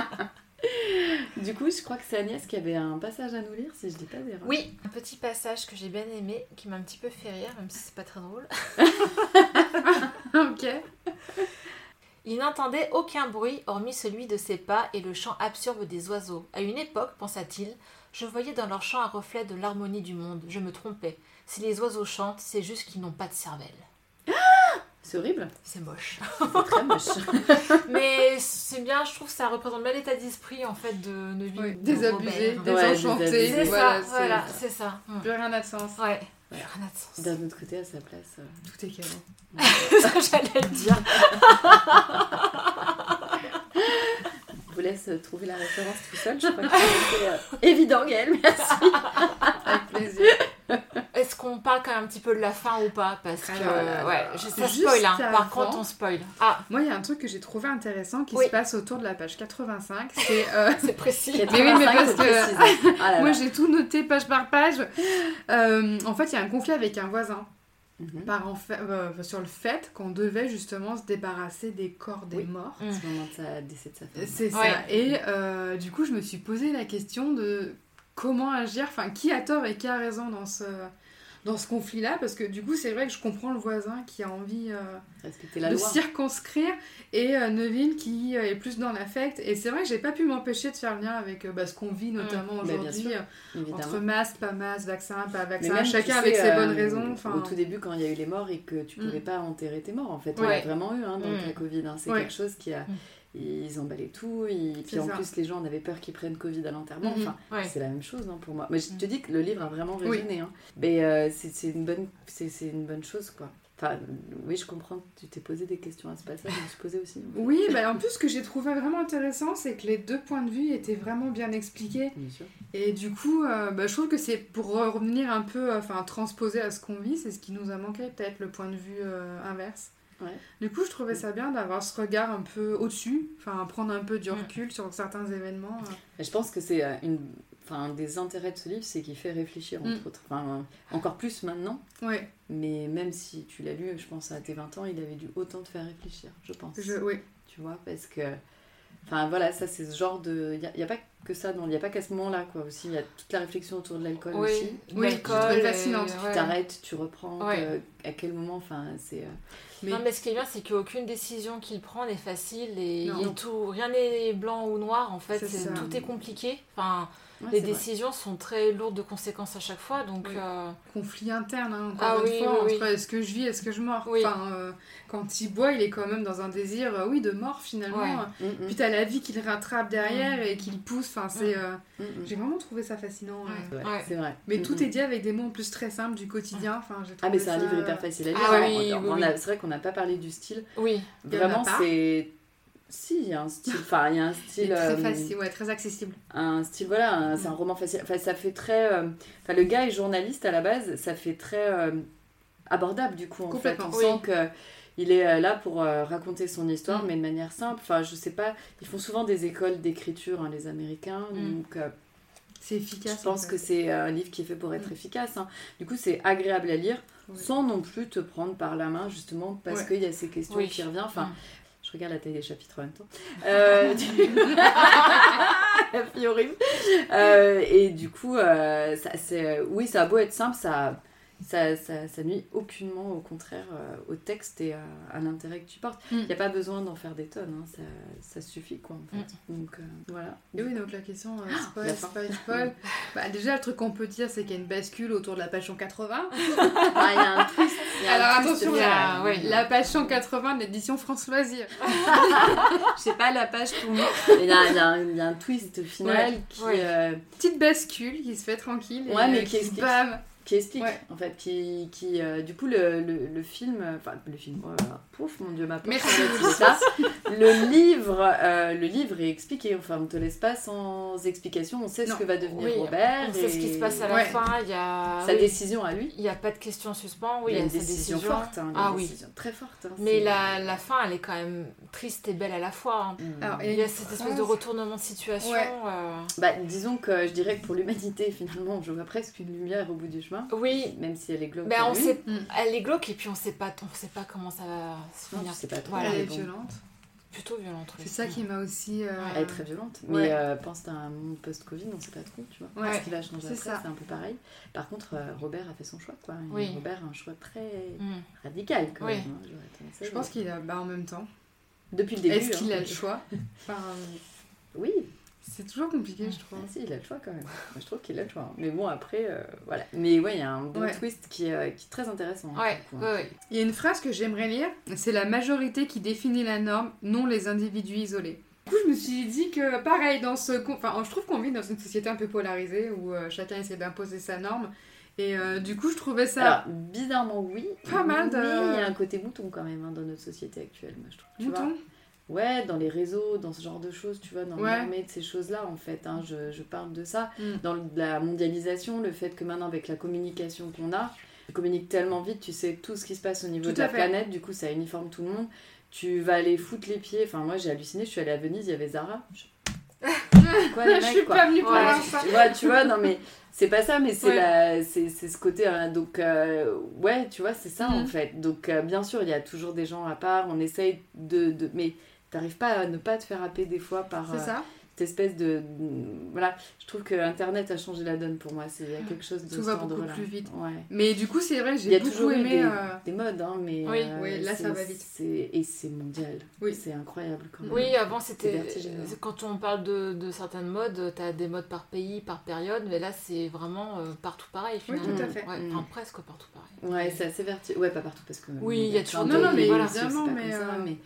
du coup, je crois que c'est Agnès qui avait un passage à nous lire, si je dis pas d'erreur.
Oui, un petit passage que j'ai bien aimé, qui m'a un petit peu fait rire, même si c'est pas très drôle.
Ok.
Il n'entendait aucun bruit hormis celui de ses pas et le chant absurde des oiseaux. À une époque, pensa-t-il, je voyais dans leur chant un reflet de l'harmonie du monde. Je me trompais. Si les oiseaux chantent, c'est juste qu'ils n'ont pas de cervelle.
C'est horrible.
C'est moche.
C'est très moche.
Mais c'est bien, je trouve que ça représente bien l'état d'esprit en fait de nos vies.
Oui,
de
Désabusé,
Robert.
Ouais,
désenchanté.
désabusé.
C'est
voilà,
ça,
c'est- Hum.
voilà, c'est ça. Mm.
Plus rien n'a de sens.
Ouais. Rien à de sens.
D'un autre côté, à sa place. euh,
Tout est canon.
Ça, J'allais le dire.
Je vous laisse euh, trouver la référence tout seul. Je crois que c'est euh, évident, Gaëlle. Merci.
Avec plaisir.
Est-ce qu'on parle quand même un petit peu de la fin ou pas Parce que,
Ah là là.
ouais, je- ça
Juste
spoil, hein.
avant.
Par contre, on spoil. Ah,
Moi, il y a un truc que j'ai trouvé intéressant qui
Oui.
se passe autour de la page 85. C'est. euh,
c'est précis.
Mais
oui, mais parce que- euh,
Ah là
Moi,
là.
j'ai tout noté page par page. Euh, en fait, il y a un conflit avec un voisin
Mhm.
par en fait- euh, sur le fait qu'on devait justement se débarrasser des corps des
Oui.
morts.
Mm.
C'est le moment de sa décès de sa femme.
C'est ça.
Ouais.
Et euh, du coup, je me suis posé la question de comment agir, enfin, qui a tort et qui a raison dans ce, dans ce conflit-là, parce que du coup, c'est vrai que je comprends le voisin qui a envie euh,
Respecter la
de
loi.
circonscrire et euh, Neville qui euh, est plus dans l'affect. Et c'est vrai que j'ai pas pu m'empêcher de faire le lien avec euh, bah, ce qu'on vit notamment
Bah, bien
aujourd'hui.
sûr,
euh,
Évidemment.
Entre masque, pas masque, vaccin, pas
Mais
vaccin,
même,
chacun
tu
avec
sais,
ses
euh,
bonnes raisons. Enfin, Mm.
Au tout début, quand il y a eu les morts et que tu pouvais pas enterrer tes morts, en fait, on
Ouais.
l'a vraiment eu hein, dans
Mm.
la Covid. hein. C'est
Ouais.
quelque chose qui a.
Mm.
Ils emballaient tout, et
C'est
puis en
ça.
plus les gens en avaient peur qu'ils prennent Covid à l'enterrement.
Mhm.
Enfin,
Ouais.
c'est la même chose hein, pour moi. Mais je te dis que le livre a vraiment
Mm. Oui.
résonné. hein. Mais euh, c'est c'est une bonne, c'est c'est une bonne chose quoi. Enfin, oui, je comprends. Tu t'es posé des questions à ce passage. Je me suis posé aussi. hein. en fait.
Oui, bah, en plus, ce que j'ai trouvé vraiment intéressant, c'est que les deux points de vue étaient vraiment bien expliqués.
Bien sûr.
Et du coup, euh, bah, je trouve que c'est pour euh, revenir un peu, euh, enfin, transposer à ce qu'on vit, c'est ce qui nous a manqué, peut-être le point de vue euh, inverse.
Ouais.
Du coup, je trouvais ça bien d'avoir ce regard un peu au-dessus, enfin, prendre un peu
Mm.
du recul sur certains événements. euh.
Et je pense que c'est euh, une, enfin, un des intérêts de ce livre, c'est qu'il fait réfléchir
Mm.
entre autres. Enfin, euh, encore plus maintenant.
Ouais,
Mais même si tu l'as lu, je pense à tes 20 ans, il avait dû autant te faire réfléchir, je pense.
je, ouais.
Tu vois, parce que. Enfin voilà, ça c'est ce genre de. Il n'y a, y a pas que ça, il n'y a pas qu'à ce moment-là, quoi. Aussi, il y a toute la réflexion autour de l'alcool
Oui,
aussi.
Oui,
l'alcool,
j'ai trouvé
et-
fascinante.
ouais.
Tu t'arrêtes, tu reprends,
Ouais.
euh, à quel moment, enfin c'est. euh,
Non, mais ce qui est bien, c'est qu'aucune décision qu'il prend n'est facile et
Non.
il est tout, rien n'est blanc ou noir en fait.
C'est
C'est-
ça.
Tout est compliqué. Enfin,
ouais,
les
c'est vrai.
décisions sont très lourdes de conséquences à chaque fois. Donc,
Oui.
euh,
conflit interne, hein, encore
Ah
une
oui,
fois,
oui,
entre est-ce que je vis, est-ce que je mords.
Oui.
Enfin, euh, quand il boit, il est quand même dans un désir, euh, oui, de mort finalement.
Ouais. Mm.
Mm, mm,
Puis t'as la vie qu'il rattrape derrière et qu'il pousse. Enfin, c'est. euh,
mm, mm.
J'ai vraiment trouvé ça fascinant.
Mm.
euh.
Ouais,
Ouais.
C'est vrai.
Mais
Mm,
tout
mm.
est dit avec des mots en plus très simples du quotidien. Enfin, j'ai
Ah,
trouvé
mais c'est un
ça- euh,
livre hyper facile à lire. hein.
Ah oui,
On-
oui,
on
oui.
a- C'est vrai qu'on n'a pas parlé du style.
oui,
Il y en a
Vraiment,
pas.
c'est. Si, il y a un style. Enfin, il y a un
Il est
style.
Très
euh,
facile, ouais, très accessible.
un style voilà un-
Mm.
c'est un roman facile enfin ça fait très euh, enfin le gars est journaliste à la base ça fait très euh, abordable du coup en fait
Complètement.
on
Oui. Mm.
sent que il est euh, là pour euh, raconter son histoire mais de manière simple enfin je sais pas ils font souvent des écoles d'écriture hein, les américains
Mm.
donc euh,
C'est efficace. Mm.
je pense que c'est euh, un livre qui est fait pour être efficace hein. du coup c'est agréable à lire
Oui.
sans non plus te prendre par la main justement parce
Ouais.
qu'il y a ces questions
Oui.
qui reviennent enfin
Mm.
je regarde la taille des chapitres en même temps euh, la fille horrible. Euh, et du coup, euh, ça, c'est, oui, ça a beau être simple, ça, ça, ça, ça nuit aucunement, au contraire, euh, au texte et à, à l'intérêt que tu portes.
Mm.
Il n'y a pas besoin d'en faire des tonnes, hein, ça, ça suffit, quoi, en fait. Donc, euh, voilà.
Et Mm. oui, donc la question, euh, spoil,
Ah, la fin.
spoil, spoil. bah, déjà, le truc qu'on peut dire, c'est qu'il y a une bascule autour de la page 180.
Ah, il y a un twist. il y a un
Alors,
twist,
attention,
il y a-
là, ouais.
La page 180 de l'édition France Loisirs.
Je sais pas, la page pour moi. Il y a, il y a un- il y a un twist final qui...
Ouais.
euh,
petite bascule qui se fait tranquille.
Ouais,
et
mais
euh,
qui explique-
bam,
qui explique
Ouais.
en fait qui, qui euh, du coup le, le, le film euh, enfin le film oh là là, pouf mon dieu ma pauvre,
Merci,
j'ai dit ça. le livre euh, le livre est expliqué enfin on te laisse pas sans explication on sait
Non.
ce que va devenir
Oui,
Robert
On sait ce qui
et
se passe à la
Ouais.
fin, il y a...
sa
oui,
décision à lui
Il n'y a pas de question suspens, oui,
il y a une
sa
décision, forte hein, il y a
Ah
une
oui.
décision très forte hein,
Mais
c'est-
la, la fin, elle est quand même triste et belle à la fois. hein.
Mm.
Alors,
Il y a cette espèce
phrase-
de retournement de situation.
Ouais.
euh,
Bah, disons que je dirais que pour l'humanité finalement je vois presque une lumière au bout du chemin
Oui,
même si elle est glauque
mais Ben, on
oui.
sait,
Mm.
elle est glauque et puis on sait pas, on sait pas comment ça va se
Non, tu
finir.
sais pas trop,
Voilà,
Elle est
mais bon.
violente.
plutôt violente. oui.
C'est ça qui m'a aussi. euh,
Elle est très violente, mais
Ouais.
euh, pense à un monde post-Covid, on sait pas trop, tu vois.
Ouais.
Ce qui va changer
C'est
après, c'est
ça.
un peu pareil. Par contre, euh, Robert a fait son choix, quoi. Et
Oui.
Robert a un choix très
Mm.
radical, quand
Oui.
même. hein, j'aurais tendance à
Je
dire.
pense qu'il a. Bah, en même temps.
Depuis le début.
Est-ce qu'il
hein.
a le choix Enfin, euh,
Oui,
C'est toujours compliqué, je trouve.
ah si, il a le choix quand même. Moi, je trouve qu'il a le choix. hein. Mais bon, après, euh, voilà. Mais ouais, il y a un bon
Ouais.
twist qui, euh, qui est très intéressant. hein,
Ouais,
pour le coup,
ouais,
hein.
ouais.
Il y a une phrase que j'aimerais lire, c'est la majorité qui définit la norme, non les individus isolés. Du coup, je me suis dit que pareil, dans ce... con- Enfin, je trouve qu'on vit dans une société un peu polarisée où euh, chacun essaie d'imposer sa norme. Et euh, du coup, je trouvais ça...
Alors, bizarrement, oui.
Pas mal de-
Mais il y a un côté mouton quand même hein, dans notre société actuelle, moi, je trouve. Tu vois
mouton
Ouais, dans les réseaux, dans ce genre de choses, tu vois, dans
Ouais.
l'armée de ces choses-là, en fait, hein, je, je parle de ça.
Mm.
Dans le- la mondialisation, le fait que maintenant, avec la communication qu'on a, tu communiques tellement vite, tu sais tout ce qui se passe au niveau
Tout
de
à
la
fait.
planète, du coup, ça uniforme tout le monde. Tu vas aller foutre les pieds. Enfin, moi, j'ai halluciné, je suis allée à Venise, il y avait Zara. Je- Quoi, les
Je
mecs,
suis
quoi
pas venue pour
Ouais.
voir ça.
tu vois, tu vois, non mais c'est pas ça, mais c'est
Ouais.
la- c'est c'est ce côté. hein, donc euh, ouais, tu vois, c'est ça en
Mhm.
fait. Donc euh, bien sûr, il y a toujours des gens à part. On essaye de, de- mais t'arrives pas à ne pas te faire happer des fois par
C'est
euh,
ça
cette espèce de, voilà. Je trouve que Internet a changé la donne pour moi. C'est il y a quelque chose de
Tout
ce
va
ordre-là.
beaucoup plus vite.
Ouais.
Mais du coup, c'est vrai,
Il y
j'ai
a
beaucoup
toujours eu
aimé...
des,
euh,
des modes, hein, mais
Oui,
oui, là, ça
c'est-
va vite.
c'est- Et c'est mondial.
Oui.
C'est incroyable quand même.
Oui, avant
C'est
c'était.
vertigineux.
Quand on parle de, de certaines modes, t'as des modes par pays, par période, mais là c'est vraiment euh, partout pareil
Oui,
finalement.
tout à
Mm.
fait.
Ouais,
Mm.
enfin, presque partout pareil.
Ouais, c'est assez vertigineux. Ouais, pas partout parce que.
Oui, il y a toujours
plein
des-
de-
Non, non, mais
voilà, c'est pas
évidemment,
comme
mais,
ça,
euh,
mais,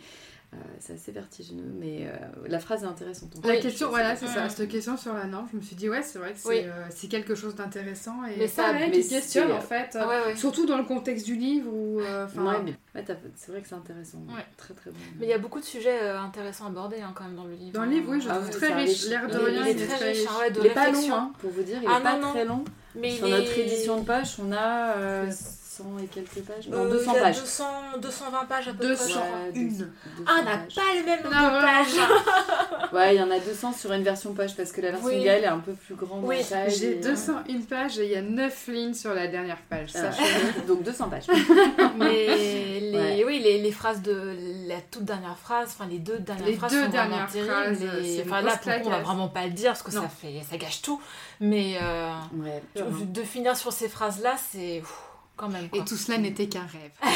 euh, c'est assez vertigineux. Mais euh, la phrase est intéressante. en
La
fait.
question,
Je
voilà,
sais
c'est
pas.
ça, cette question sur la norme, je me suis dit, ouais, c'est vrai que c'est
Oui.
euh, c'est quelque chose d'intéressant et
Mais ça,
pareil,
mais
qui questionne
c'est-
en fait, euh,
Ah ouais, ouais.
surtout dans le contexte du livre où... euh, enfin,
Ouais, mais ouais, t'as- c'est vrai que c'est intéressant.
Ouais.
Très très bon.
Mais il y a beaucoup de sujets euh, intéressants abordés hein, quand même dans le livre.
Dans le livre, oui, je
Ah
trouve
oui,
très
c'est un
riche.
riche-
L'air de
il est-
rien,
il est
très
riche.
riche, hein, ouais, de
Il est pas long,
réflexion.
hein, pour vous dire, il est
Ah,
pas
non, non.
très long.
Mais
Sur
il est-
notre édition de poche, on a euh, 100 et quelques pages. Non,
Euh,
200
il y a
pages.
200, 220 pages à peu
200.
près. je crois.
Ouais,
une.
200,
Ah, on n'a
200 pages.
pas le même nombre
Non,
de
vraiment.
pages.
Ouais, il y en a 200 sur une version poche parce que la version
Oui.
Gaël est un peu plus grande
Oui,
en taille.
J'ai
et-
201 pages et il y a 9 lignes sur la dernière page.
Euh,
sachez.
donc 200 pages.
Mais les,
Ouais.
oui, les, les phrases de la toute dernière phase, enfin les deux dernières
Les
phrases
deux
sont
dernières
vraiment
phrases,
terribles. et-
c'est une
Enfin là,
grosse
pour le coup, on va
claquasse.
vraiment pas le dire parce que
Non.
ça fait, ça gâche tout. Mais euh,
Ouais,
tu-
pur, hein.
de finir sur ces phrases-là, c'est ouf, quand même. quoi.
Et tout cela n'était qu'un rêve.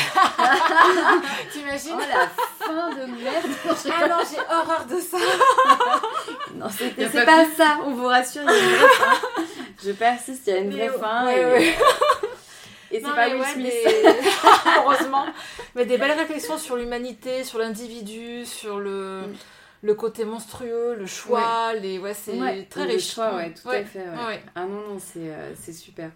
T'imagines
Oh la fin de merde
Ah non, j'ai horreur de ça.
Non,
Y
c'était-
a
c'est
pas
pas ça, on vous rassure, il y a une vraie fin. Je persiste, il y a une
Mais
vraie
ouais,
fin.
ouais,
et
ouais.
et c'est
Non,
pas
mais
Will
ouais,
Smith.
des- Heureusement. Mais des belles réflexions sur l'humanité, sur l'individu, sur le...
Mm.
le côté monstrueux, le choix, les... Ouais, c'est
Ouais,
très
le
riche.
choix, ouais, tout
Ouais.
à fait. ouais.
Ouais.
Ah non, non, c'est euh, c'est super.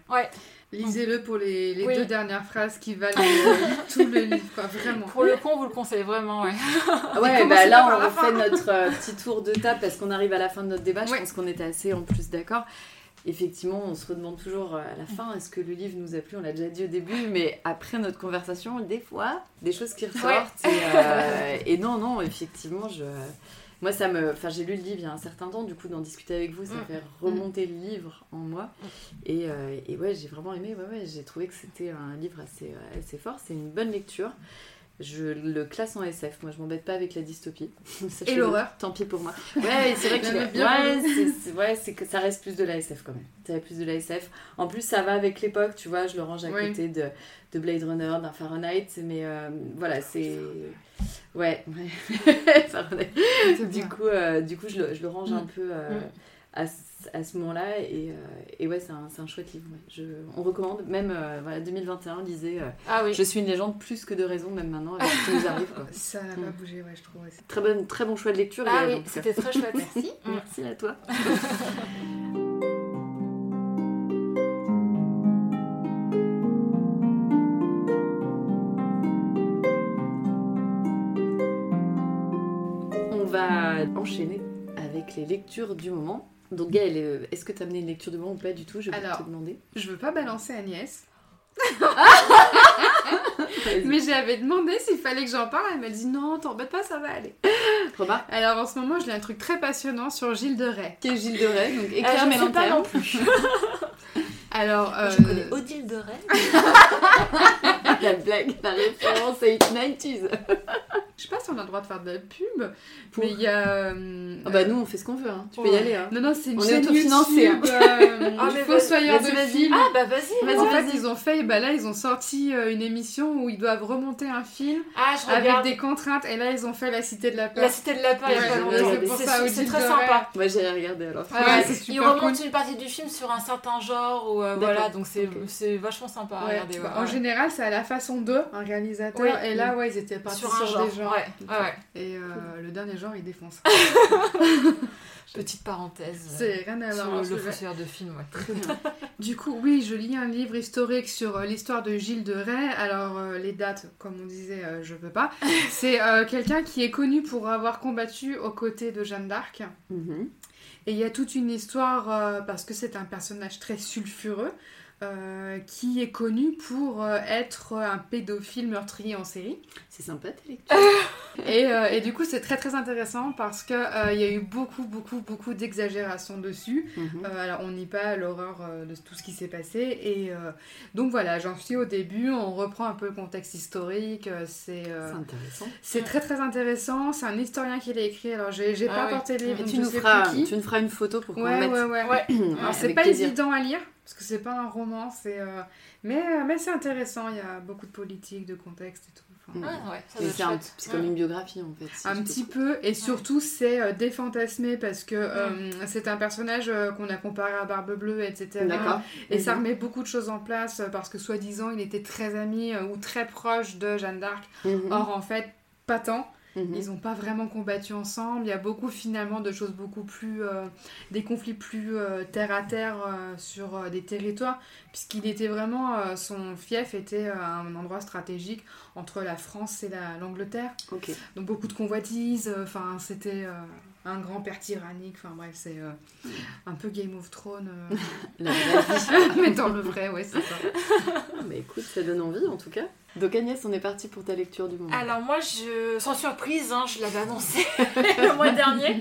Lisez-le pour les, les
Oui.
deux dernières phrases qui valent euh, tout le livre, quoi, vraiment.
Pour le coup, on vous le conseille vraiment, ouais.
ouais, bah
commencez
là,
pas par
on
la
refait notre euh, petit tour de table parce qu'on arrive à la fin de notre débat. Je
Ouais.
pense qu'on était assez en plus d'accord. Effectivement, on se redemande toujours euh, à la fin est-ce que le livre nous a plu On l'a déjà dit au début, mais après notre conversation, des fois, des choses qui ressortent. Et, euh, et non, non, effectivement, je. Moi, ça me. Enfin, j'ai lu le livre il y a un certain temps, du coup, d'en discuter avec vous, ça
Mm.
fait remonter le livre en moi. Et, euh, et ouais, j'ai vraiment aimé. Ouais, ouais, j'ai trouvé que c'était un livre assez, euh, assez fort. C'est une bonne lecture. Je le classe en SF. Moi, je m'embête pas avec la dystopie. Sachez-le.
Et l'horreur.
Tant pis pour moi. Ouais, c'est vrai
La
qu'il
meuf
est-
bien
ouais, c'est- c'est ouais, c'est que ça reste plus de la SF quand même. Ça reste plus de la SF. En plus, ça va avec l'époque, tu vois. Je le range à
Oui.
côté de, de Blade Runner, d'un Fahrenheit. Mais euh, voilà, c'est. Ouais, ouais. Fahrenheit. Du coup, euh, du coup je, le, je le range un peu euh,
Mm.
à, ce- à ce moment-là. Et, euh, et ouais, c'est un, c'est un chouette livre. ouais. Je, on recommande, même euh, voilà, 2021, lisez euh,
Ah oui.
Je suis une légende plus que de raison, même maintenant, avec ce qui nous arrive. quoi.
Ça n'a pas bougé, ouais, je trouve. aussi.
Très, bonne, très bon choix de lecture. euh,
Ah
Gaëlle, en
oui,
tout cas.
c'était très chouette. Mm. Merci.
Merci Mm. à toi. enchaîner avec les lectures du moment. Donc Gaëlle, euh, est-ce que t'as amené une lecture du moment ou pas du tout Je vais
Alors,
te demander.
Je veux pas balancer Agnès,
Vas-y.
mais j'avais demandé s'il fallait que j'en parle. Elle m'a dit non, t'embête pas, ça va aller.
Remarque,
Alors en ce moment, je lis un truc très passionnant sur Gilles de Rais.
qui est Gilles de Rais, donc
Ah,
éclaire
je
mes
sais pas non
lanternes.
plus.
Alors,
Je
euh,
connais Odile de Ray.
Ah, La blague, la référence à 90s.
je sais pas si on a le droit de faire de la pub,
Pour-
mais il y a. euh,
Ah bah nous, on fait ce qu'on veut, hein. tu peux y
Ouais.
aller. Hein.
Non, non, c'est une
On est
chaîne
autofinancé,
YouTube. euh,
Ah, mais
Fossoyeur
vas-y,
de
vas-y.
films.
Ah bah vas-y,
Vas-y,
en
moi.
fait, ils ont fait, bah là, ils ont sorti euh, une émission où ils doivent remonter un film
Ah, je
avec
regarde.
des contraintes, et là, ils ont fait La Cité de la Peur.
La Cité de la Peur, il y a
Ouais,
pas
j'ai
longtemps.
regardé.
C'est pour ça,
C'est- C'est
Odile
très
de
sympa.
Moi j'irai regarder alors.
Ouais,
Ouais,
c'est
il
super cool.
remonte une partie du film sur un certain genre ou euh,
D'accord.
voilà donc c'est
Ok.
c'est vachement sympa à
Ouais,
regarder
tu
ouais,
vois, En
ouais.
général, c'est à la façon de un réalisateur,
Oui.
et là, ouais, ils étaient partis
sur
sur,
un genre,
des genres.
ouais, ouais, ouais.
Et euh, le dernier genre, ils défoncent.
petite parenthèse euh,
c'est rien à
sur
voir.
le,
hein,
le
ce sujet.
fossoyeur de film ouais.
Du coup, oui, je lis un livre historique sur euh, l'histoire de Gilles de Rais. Alors, euh, les dates, comme on disait, euh, je peux pas. C'est euh, quelqu'un qui est connu pour avoir combattu aux côtés de Jeanne d'Arc.
Mhm.
Et il y a toute une histoire, euh, parce que c'est un personnage très sulfureux, euh, qui est connu pour euh, être un pédophile meurtrier en série.
C'est sympa tes lectures.
Et, euh, et du coup, c'est très très intéressant parce qu'il il y a eu beaucoup, beaucoup, beaucoup d'exagérations dessus.
Mhm.
Euh, alors, on n'y pas l'horreur euh, de tout ce qui s'est passé. Et euh, donc voilà, j'en suis au début, on reprend un peu le contexte historique. euh, C'est euh,
C'est intéressant.
c'est très très intéressant. C'est un historien qui l'a écrit. Alors, j'ai j'ai
Ah
pas
oui.
porté les
Et
livres,
tu
je
nous,
sais
feras,
plus qui.
tu nous feras une photo pour qu'on
Ouais,
mette.
ouais, ouais.
Ouais.
Alors, c'est
avec
pas
plaisir.
évident à lire, parce que c'est pas un roman, c'est. euh, Mais, euh, mais c'est intéressant, il y a beaucoup de politique, de contexte et tout. enfin,
Mm.
Ah, ouais, ça
Mais
doit être
C'est un-
chouette.
c'est comme une biographie en fait. si
Un
je te
petit peu, et surtout c'est euh, défantasmé parce que euh, c'est un personnage euh, qu'on a comparé à Barbe Bleue,
euh,
etc.
D'accord.
Et ça
Mhm.
remet beaucoup de choses en place euh, parce que soi-disant il était très ami euh, ou très proche de Jeanne d'Arc.
Mhm.
Or en fait, pas tant.
Oh,
Mhm.
Ils n'ont pas vraiment combattu ensemble. Il y a beaucoup finalement de choses beaucoup plus. euh, des conflits plus euh, terre à terre euh, sur euh, des territoires, puisqu'il était vraiment. euh, son fief était euh, un endroit stratégique entre la France et la- l'Angleterre.
Ok.
Donc beaucoup de convoitises. euh, Enfin, c'était. euh, un grand père tyrannique, enfin bref, c'est euh,
Mhm.
un peu Game of Thrones, euh,
La vraie vie.
mais dans le vrai, ouais, c'est ça.
Ah, bah écoute, ça donne envie en tout cas. Donc Agnès, on est parti pour ta lecture du moment.
Alors moi, je, sans surprise, hein, je l'avais annoncé le mois dernier,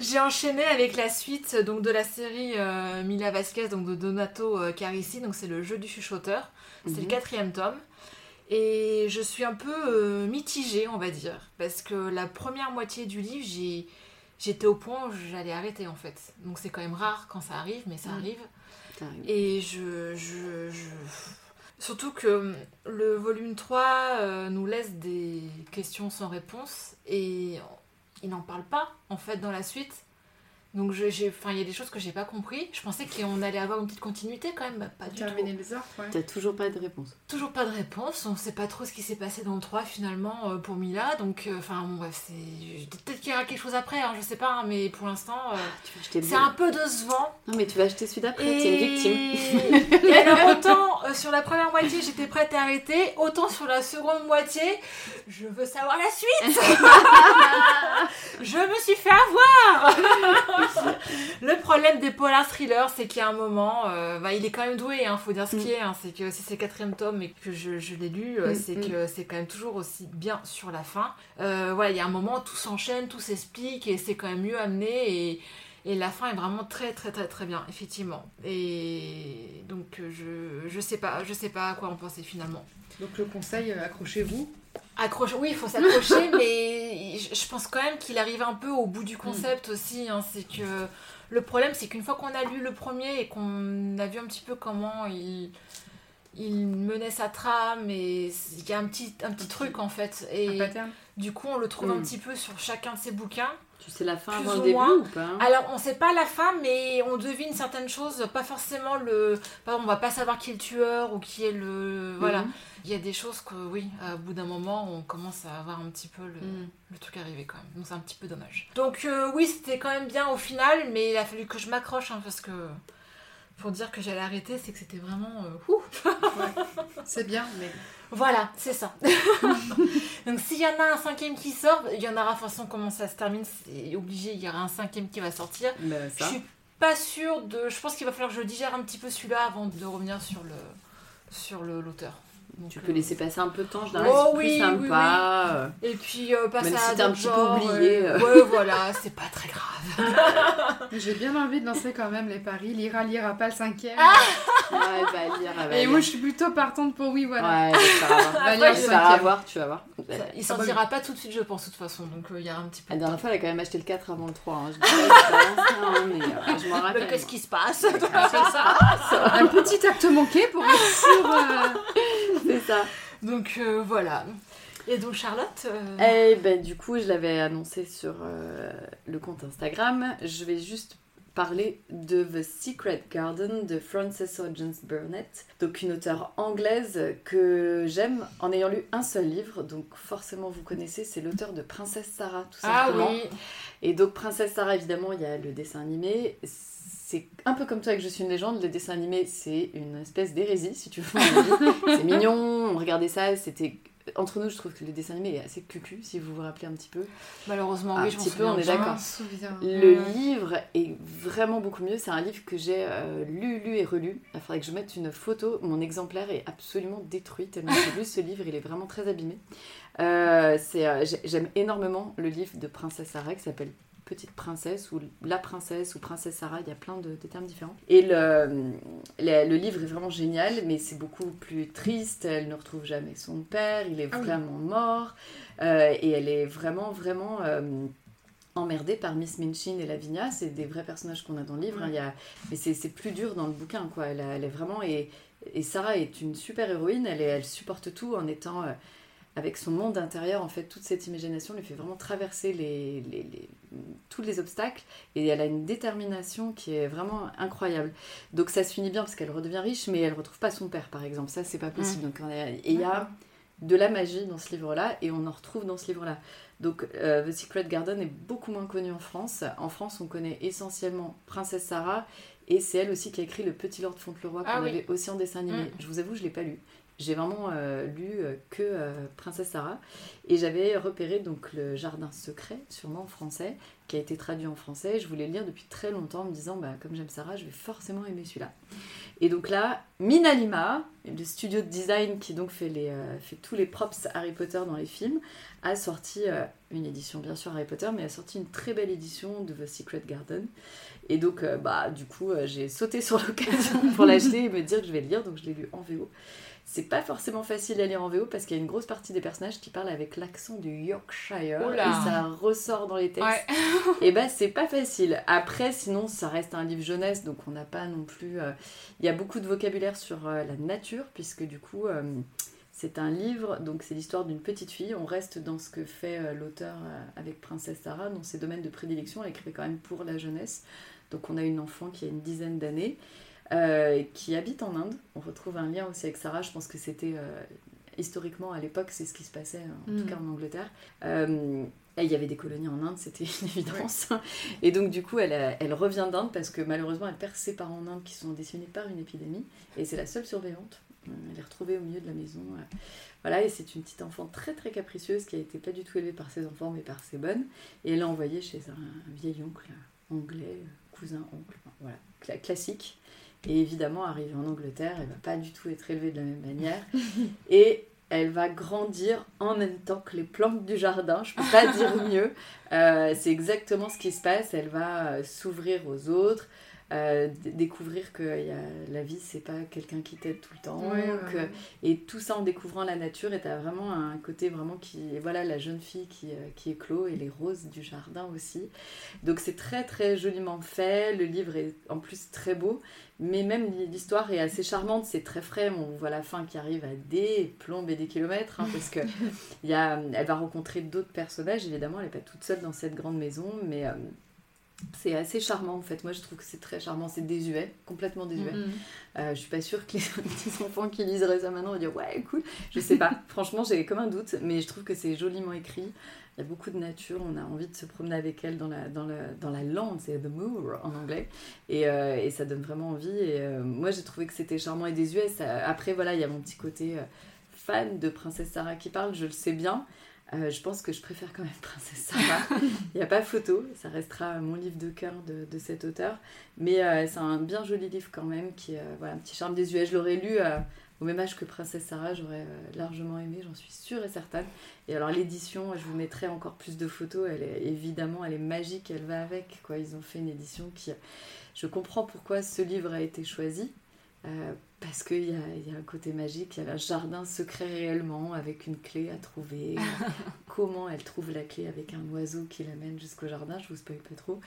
j'ai enchaîné avec la suite euh, donc de la série euh, Mila Vasquez, donc de Donato euh, Carisi, donc c'est le jeu du chuchoteur, c'est le
Mhm.
quatrième tome. Et je suis un peu euh, mitigée, on va dire, parce que la première moitié du livre, j'ai, j'étais au point où j'allais arrêter en fait. Donc c'est quand même rare quand ça arrive, mais ça
Mhm.
arrive.
T'arrives.
Et je, je, je- Surtout que le volume 3 euh, nous laisse des questions sans réponse et il n'en parle pas en fait dans la suite. Donc je- j'ai, enfin, il y a des choses que j'ai pas compris. Je pensais qu'on allait avoir une petite continuité quand même, bah, pas du
Terminer
tout.
les arcs, ouais.
T'as toujours pas de réponse.
Toujours pas de réponse. On sait pas trop ce qui s'est passé dans le 3 finalement euh, pour Mila. Donc euh, enfin bon, bref, c'est peut-être qu'il y aura quelque chose après. hein, je sais pas, hein, mais pour l'instant, euh,
Ah, tu vas acheter le
c'est
bon.
un peu de ce vent.
Non mais tu vas acheter celui d'après, t'es une victime.
Et... et alors autant euh, sur la première moitié j'étais prête à arrêter, autant sur la seconde moitié, je veux savoir la suite. je me suis fait avoir. Le problème des polar thrillers, c'est qu'il y a un moment, euh, bah, il est quand même doué, hein, faut dire ce qu'il est, hein, c'est que si c'est le quatrième tome et que je, je l'ai lu, euh,
Mm,
c'est
mm.
que c'est quand même toujours aussi bien sur la fin. Euh, voilà, il y a un moment, tout s'enchaîne, tout s'explique et c'est quand même mieux amené et et la fin est vraiment très très très très bien, effectivement. Et donc euh, je, je sais pas, je sais pas à quoi en penser finalement.
Donc le conseil, euh, accrochez-vous.
Accroche, oui, il faut s'accrocher, mais je je pense quand même qu'il arrive un peu au bout du concept aussi. hein, c'est que le problème, c'est qu'une fois qu'on a lu le premier et qu'on a vu un petit peu comment il, il menait sa trame, et il y a un petit, un petit truc en fait.
Un
Et
pattern.
du coup, on le trouve un
Mm.
petit peu sur chacun de ses bouquins.
Tu sais la fin
Plus
avant
ou
le début
moins. Ah,
ou pas hein
Alors, on sait pas la fin, mais on devine certaines choses. Pas forcément le. par exemple, on va pas savoir qui est le tueur ou qui est le. Voilà.
Mhm.
Il y a des choses que, oui, au bout d'un moment, on commence à avoir un petit peu le,
Mm.
le truc arrivé quand même. Donc, c'est un petit peu dommage. Donc, euh, oui, c'était quand même bien au final, mais il a fallu que je m'accroche hein, parce que. pour dire que j'allais arrêter, c'est que c'était vraiment. euh, ouh.
C'est bien, mais
Voilà, c'est ça. Donc s'il y en a un cinquième qui sort, il y en aura de toute façon comment ça se termine, c'est obligé, il y aura un cinquième qui va sortir.
Bah,
Je
ça.
suis pas sûre de. Je pense qu'il va falloir que je digère un petit peu celui-là avant de revenir sur le sur le- l'auteur. Donc,
Tu
euh,
peux laisser passer un peu de temps, je
Oh
oh,
oui,
plus sympa.
Et puis euh, passer
Même
à
si t'as un
d'autres
petit peu
genres,
oublié,
euh, Ouais, voilà, c'est pas très grave.
j'ai bien envie de lancer quand même les paris. Lira, lira pas le cinquième.
Ouais, bah, lire, elle va
Et
lire.
moi, je suis plutôt partante pour oui, voilà.
Ouais, ça va voir.
Va lire
Ah, Ouais,
le
ça va
cinquième.
voir, tu vas voir.
Il
Ah bah
sortira pas tout de suite, je pense, de toute façon. Donc euh, il y a un petit peu.
La
de
dernière
temps.
fois, elle a quand même acheté le 4 avant le 3. hein. Je dis, ouais, c'est pas ça, hein, mais euh, je m'en
Mais
rappelle.
Qu'est-ce qui se passe
Un petit acte manqué pour être sûr. euh,
C'est ça.
Donc euh, voilà. Et donc Charlotte. euh,
Eh ben, du coup, je l'avais annoncé sur euh, le compte Instagram. Je vais juste parler de The Secret Garden de Frances Hodgins Burnett, donc une auteure anglaise que j'aime en ayant lu un seul livre, donc forcément vous connaissez, c'est l'auteur de Princesse Sarah, tout
Ah
simplement.
oui.
Et donc, Princesse Sarah, évidemment, il y a le dessin animé. C'est un peu comme toi avec Je suis une légende. Le dessin animé, c'est une espèce d'hérésie, si tu veux. c'est mignon, on regardait ça, c'était. Entre nous, je trouve que le dessin animé est assez cucu, si vous vous rappelez un petit peu.
Malheureusement,
Un
oui, je m'en
petit peu, on est
souviens
Je
d'accord.
me souviens.
Le
Ouais.
livre est vraiment beaucoup mieux. C'est un livre que j'ai euh, lu, lu et relu. Il faudrait que je mette une photo. Mon exemplaire est absolument détruit tellement j'ai lu ce livre. Il est vraiment très abîmé. Euh, c'est, euh, j'ai- J'aime énormément le livre de Princesse Sarah qui s'appelle Petite Princesse ou La Princesse ou Princesse Sarah. Il y a plein de, de termes différents. Et le, euh, le, le livre est vraiment génial, mais c'est beaucoup plus triste. Elle ne retrouve jamais son père. Il est
Ah oui.
vraiment mort. Euh, et elle est vraiment, vraiment. euh, emmerdée par Miss Minchin et Lavinia, c'est des vrais personnages qu'on a dans le livre, hein, il y a- mais c'est c'est plus dur dans le bouquin, quoi. Elle, a- elle est vraiment... Et, et Sarah est une super héroïne, elle, est- elle supporte tout en étant... euh, avec son monde intérieur, en fait, toute cette imagination lui fait vraiment traverser les, les- les- tous les obstacles et elle a une détermination qui est vraiment incroyable. Donc ça se finit bien parce qu'elle redevient riche, mais elle retrouve pas son père, par exemple. Ça, c'est pas possible. Donc, on a- et il y a de la magie dans ce livre-là et on en retrouve dans ce livre-là. Donc euh, The Secret Garden est beaucoup moins connu en France. En France, on connaît essentiellement Princesse Sarah et c'est elle aussi qui a écrit Le Petit Lord Fauntleroy qu'on
Ah oui.
avait aussi en dessin animé.
Mm.
Je vous avoue, je l'ai pas lu. J'ai vraiment euh, lu euh, que euh, Princesse Sarah et j'avais repéré donc le Jardin secret, sûrement en français, qui a été traduit en français. Je voulais le lire depuis très longtemps en me disant bah comme j'aime Sarah, je vais forcément aimer celui-là. Et donc là, Minalima, le studio de design qui donc fait, les, euh, fait tous les props Harry Potter dans les films, a sorti euh, une édition bien sûr Harry Potter, mais a sorti une très belle édition de The Secret Garden. Et donc euh, bah du coup euh, j'ai sauté sur l'occasion pour l'acheter et me dire que je vais le lire, donc je l'ai lu en VO. C'est pas forcément facile à lire en VO parce qu'il y a une grosse partie des personnages qui parlent avec l'accent du Yorkshire
Oula.
et ça ressort dans les textes.
Ouais.
Et bah c'est pas facile. Après, sinon, ça reste un livre jeunesse, donc on n'a pas non plus. euh, Il y a beaucoup de vocabulaire sur euh, la nature, puisque du coup, euh, c'est un livre, donc c'est l'histoire d'une petite fille. On reste dans ce que fait euh, l'auteur euh, avec Princesse Sarah, dans ses domaines de prédilection. Elle écrivait quand même pour la jeunesse. Donc on a une enfant qui a une dizaine d'années, euh, qui habite en Inde. On retrouve un lien aussi avec Sarah. Je pense que c'était euh, historiquement à l'époque, c'est ce qui se passait, en
Mm.
tout cas en Angleterre. Euh, et il y avait des colonies en Inde, c'était une évidence. Et donc, du coup, elle, a- elle revient d'Inde parce que malheureusement, elle perd ses parents en Inde qui sont décimés par une épidémie. Et c'est la seule surveillante. Euh, Elle est retrouvée au milieu de la maison. euh, Voilà, et c'est une petite enfant très très capricieuse qui a été pas du tout élevée par ses enfants mais par ses bonnes. Et elle est envoyée chez un, un vieil oncle euh, anglais, euh, cousin, oncle, enfin, voilà, cla- classique. Et évidemment, arrivée en Angleterre, elle va pas du tout être élevée de la même manière. Et elle va grandir en même temps que les plantes du jardin, je peux pas dire mieux. Euh, c'est exactement ce qui se passe. Elle va euh, s'ouvrir aux autres, euh, d- découvrir que y a- la vie, c'est pas quelqu'un qui t'aide tout le temps.
Ouais, ouais,
que-
ouais.
Et tout ça en découvrant la nature. Et t'as vraiment un côté vraiment qui. Voilà, la jeune fille qui, euh, qui éclot et les roses du jardin aussi. Donc c'est très très joliment fait. Le livre est en plus très beau. Mais même l'histoire est assez charmante. C'est très frais. On voit la fin qui arrive à des plombes et des kilomètres. hein, parce que il y a, elle va rencontrer d'autres personnages, évidemment, elle n'est pas toute seule dans cette grande maison, mais euh, c'est assez charmant en fait. Moi je trouve que c'est très charmant, c'est désuet, complètement désuet.
Mhm.
Euh, je suis pas sûre que les petits enfants qui liseraient ça maintenant vont dire ouais, cool. Je sais pas, franchement j'ai comme un doute, mais je trouve que c'est joliment écrit. Il y a beaucoup de nature, on a envie de se promener avec elle dans la, dans la, dans la lande, c'est the moor en anglais. Et, euh, et ça donne vraiment envie. Et euh, moi, j'ai trouvé que c'était charmant et désuet. Ça- après, voilà, il y a mon petit côté euh, fan de Princesse Sarah qui parle, je le sais bien. Euh, je pense que je préfère quand même Princesse Sarah. Il n'y a pas photo, ça restera mon livre de cœur de, de cet auteur. Mais euh, c'est un bien joli livre quand même, qui euh, voilà, un petit charme désuet. Je l'aurais lu euh, au même âge que Princesse Sarah, j'aurais euh, largement aimé, j'en suis sûre et certaine. Et alors l'édition, je vous mettrai encore plus de photos, elle est évidemment, elle est magique, elle va avec. Quoi. Ils ont fait une édition qui... Je comprends pourquoi ce livre a été choisi. euh, parce qu'il y a, il y a un côté magique, il y a un jardin secret réellement avec une clé à trouver. Comment elle trouve la clé avec un oiseau qui l'amène jusqu'au jardin, je vous spoil pas trop.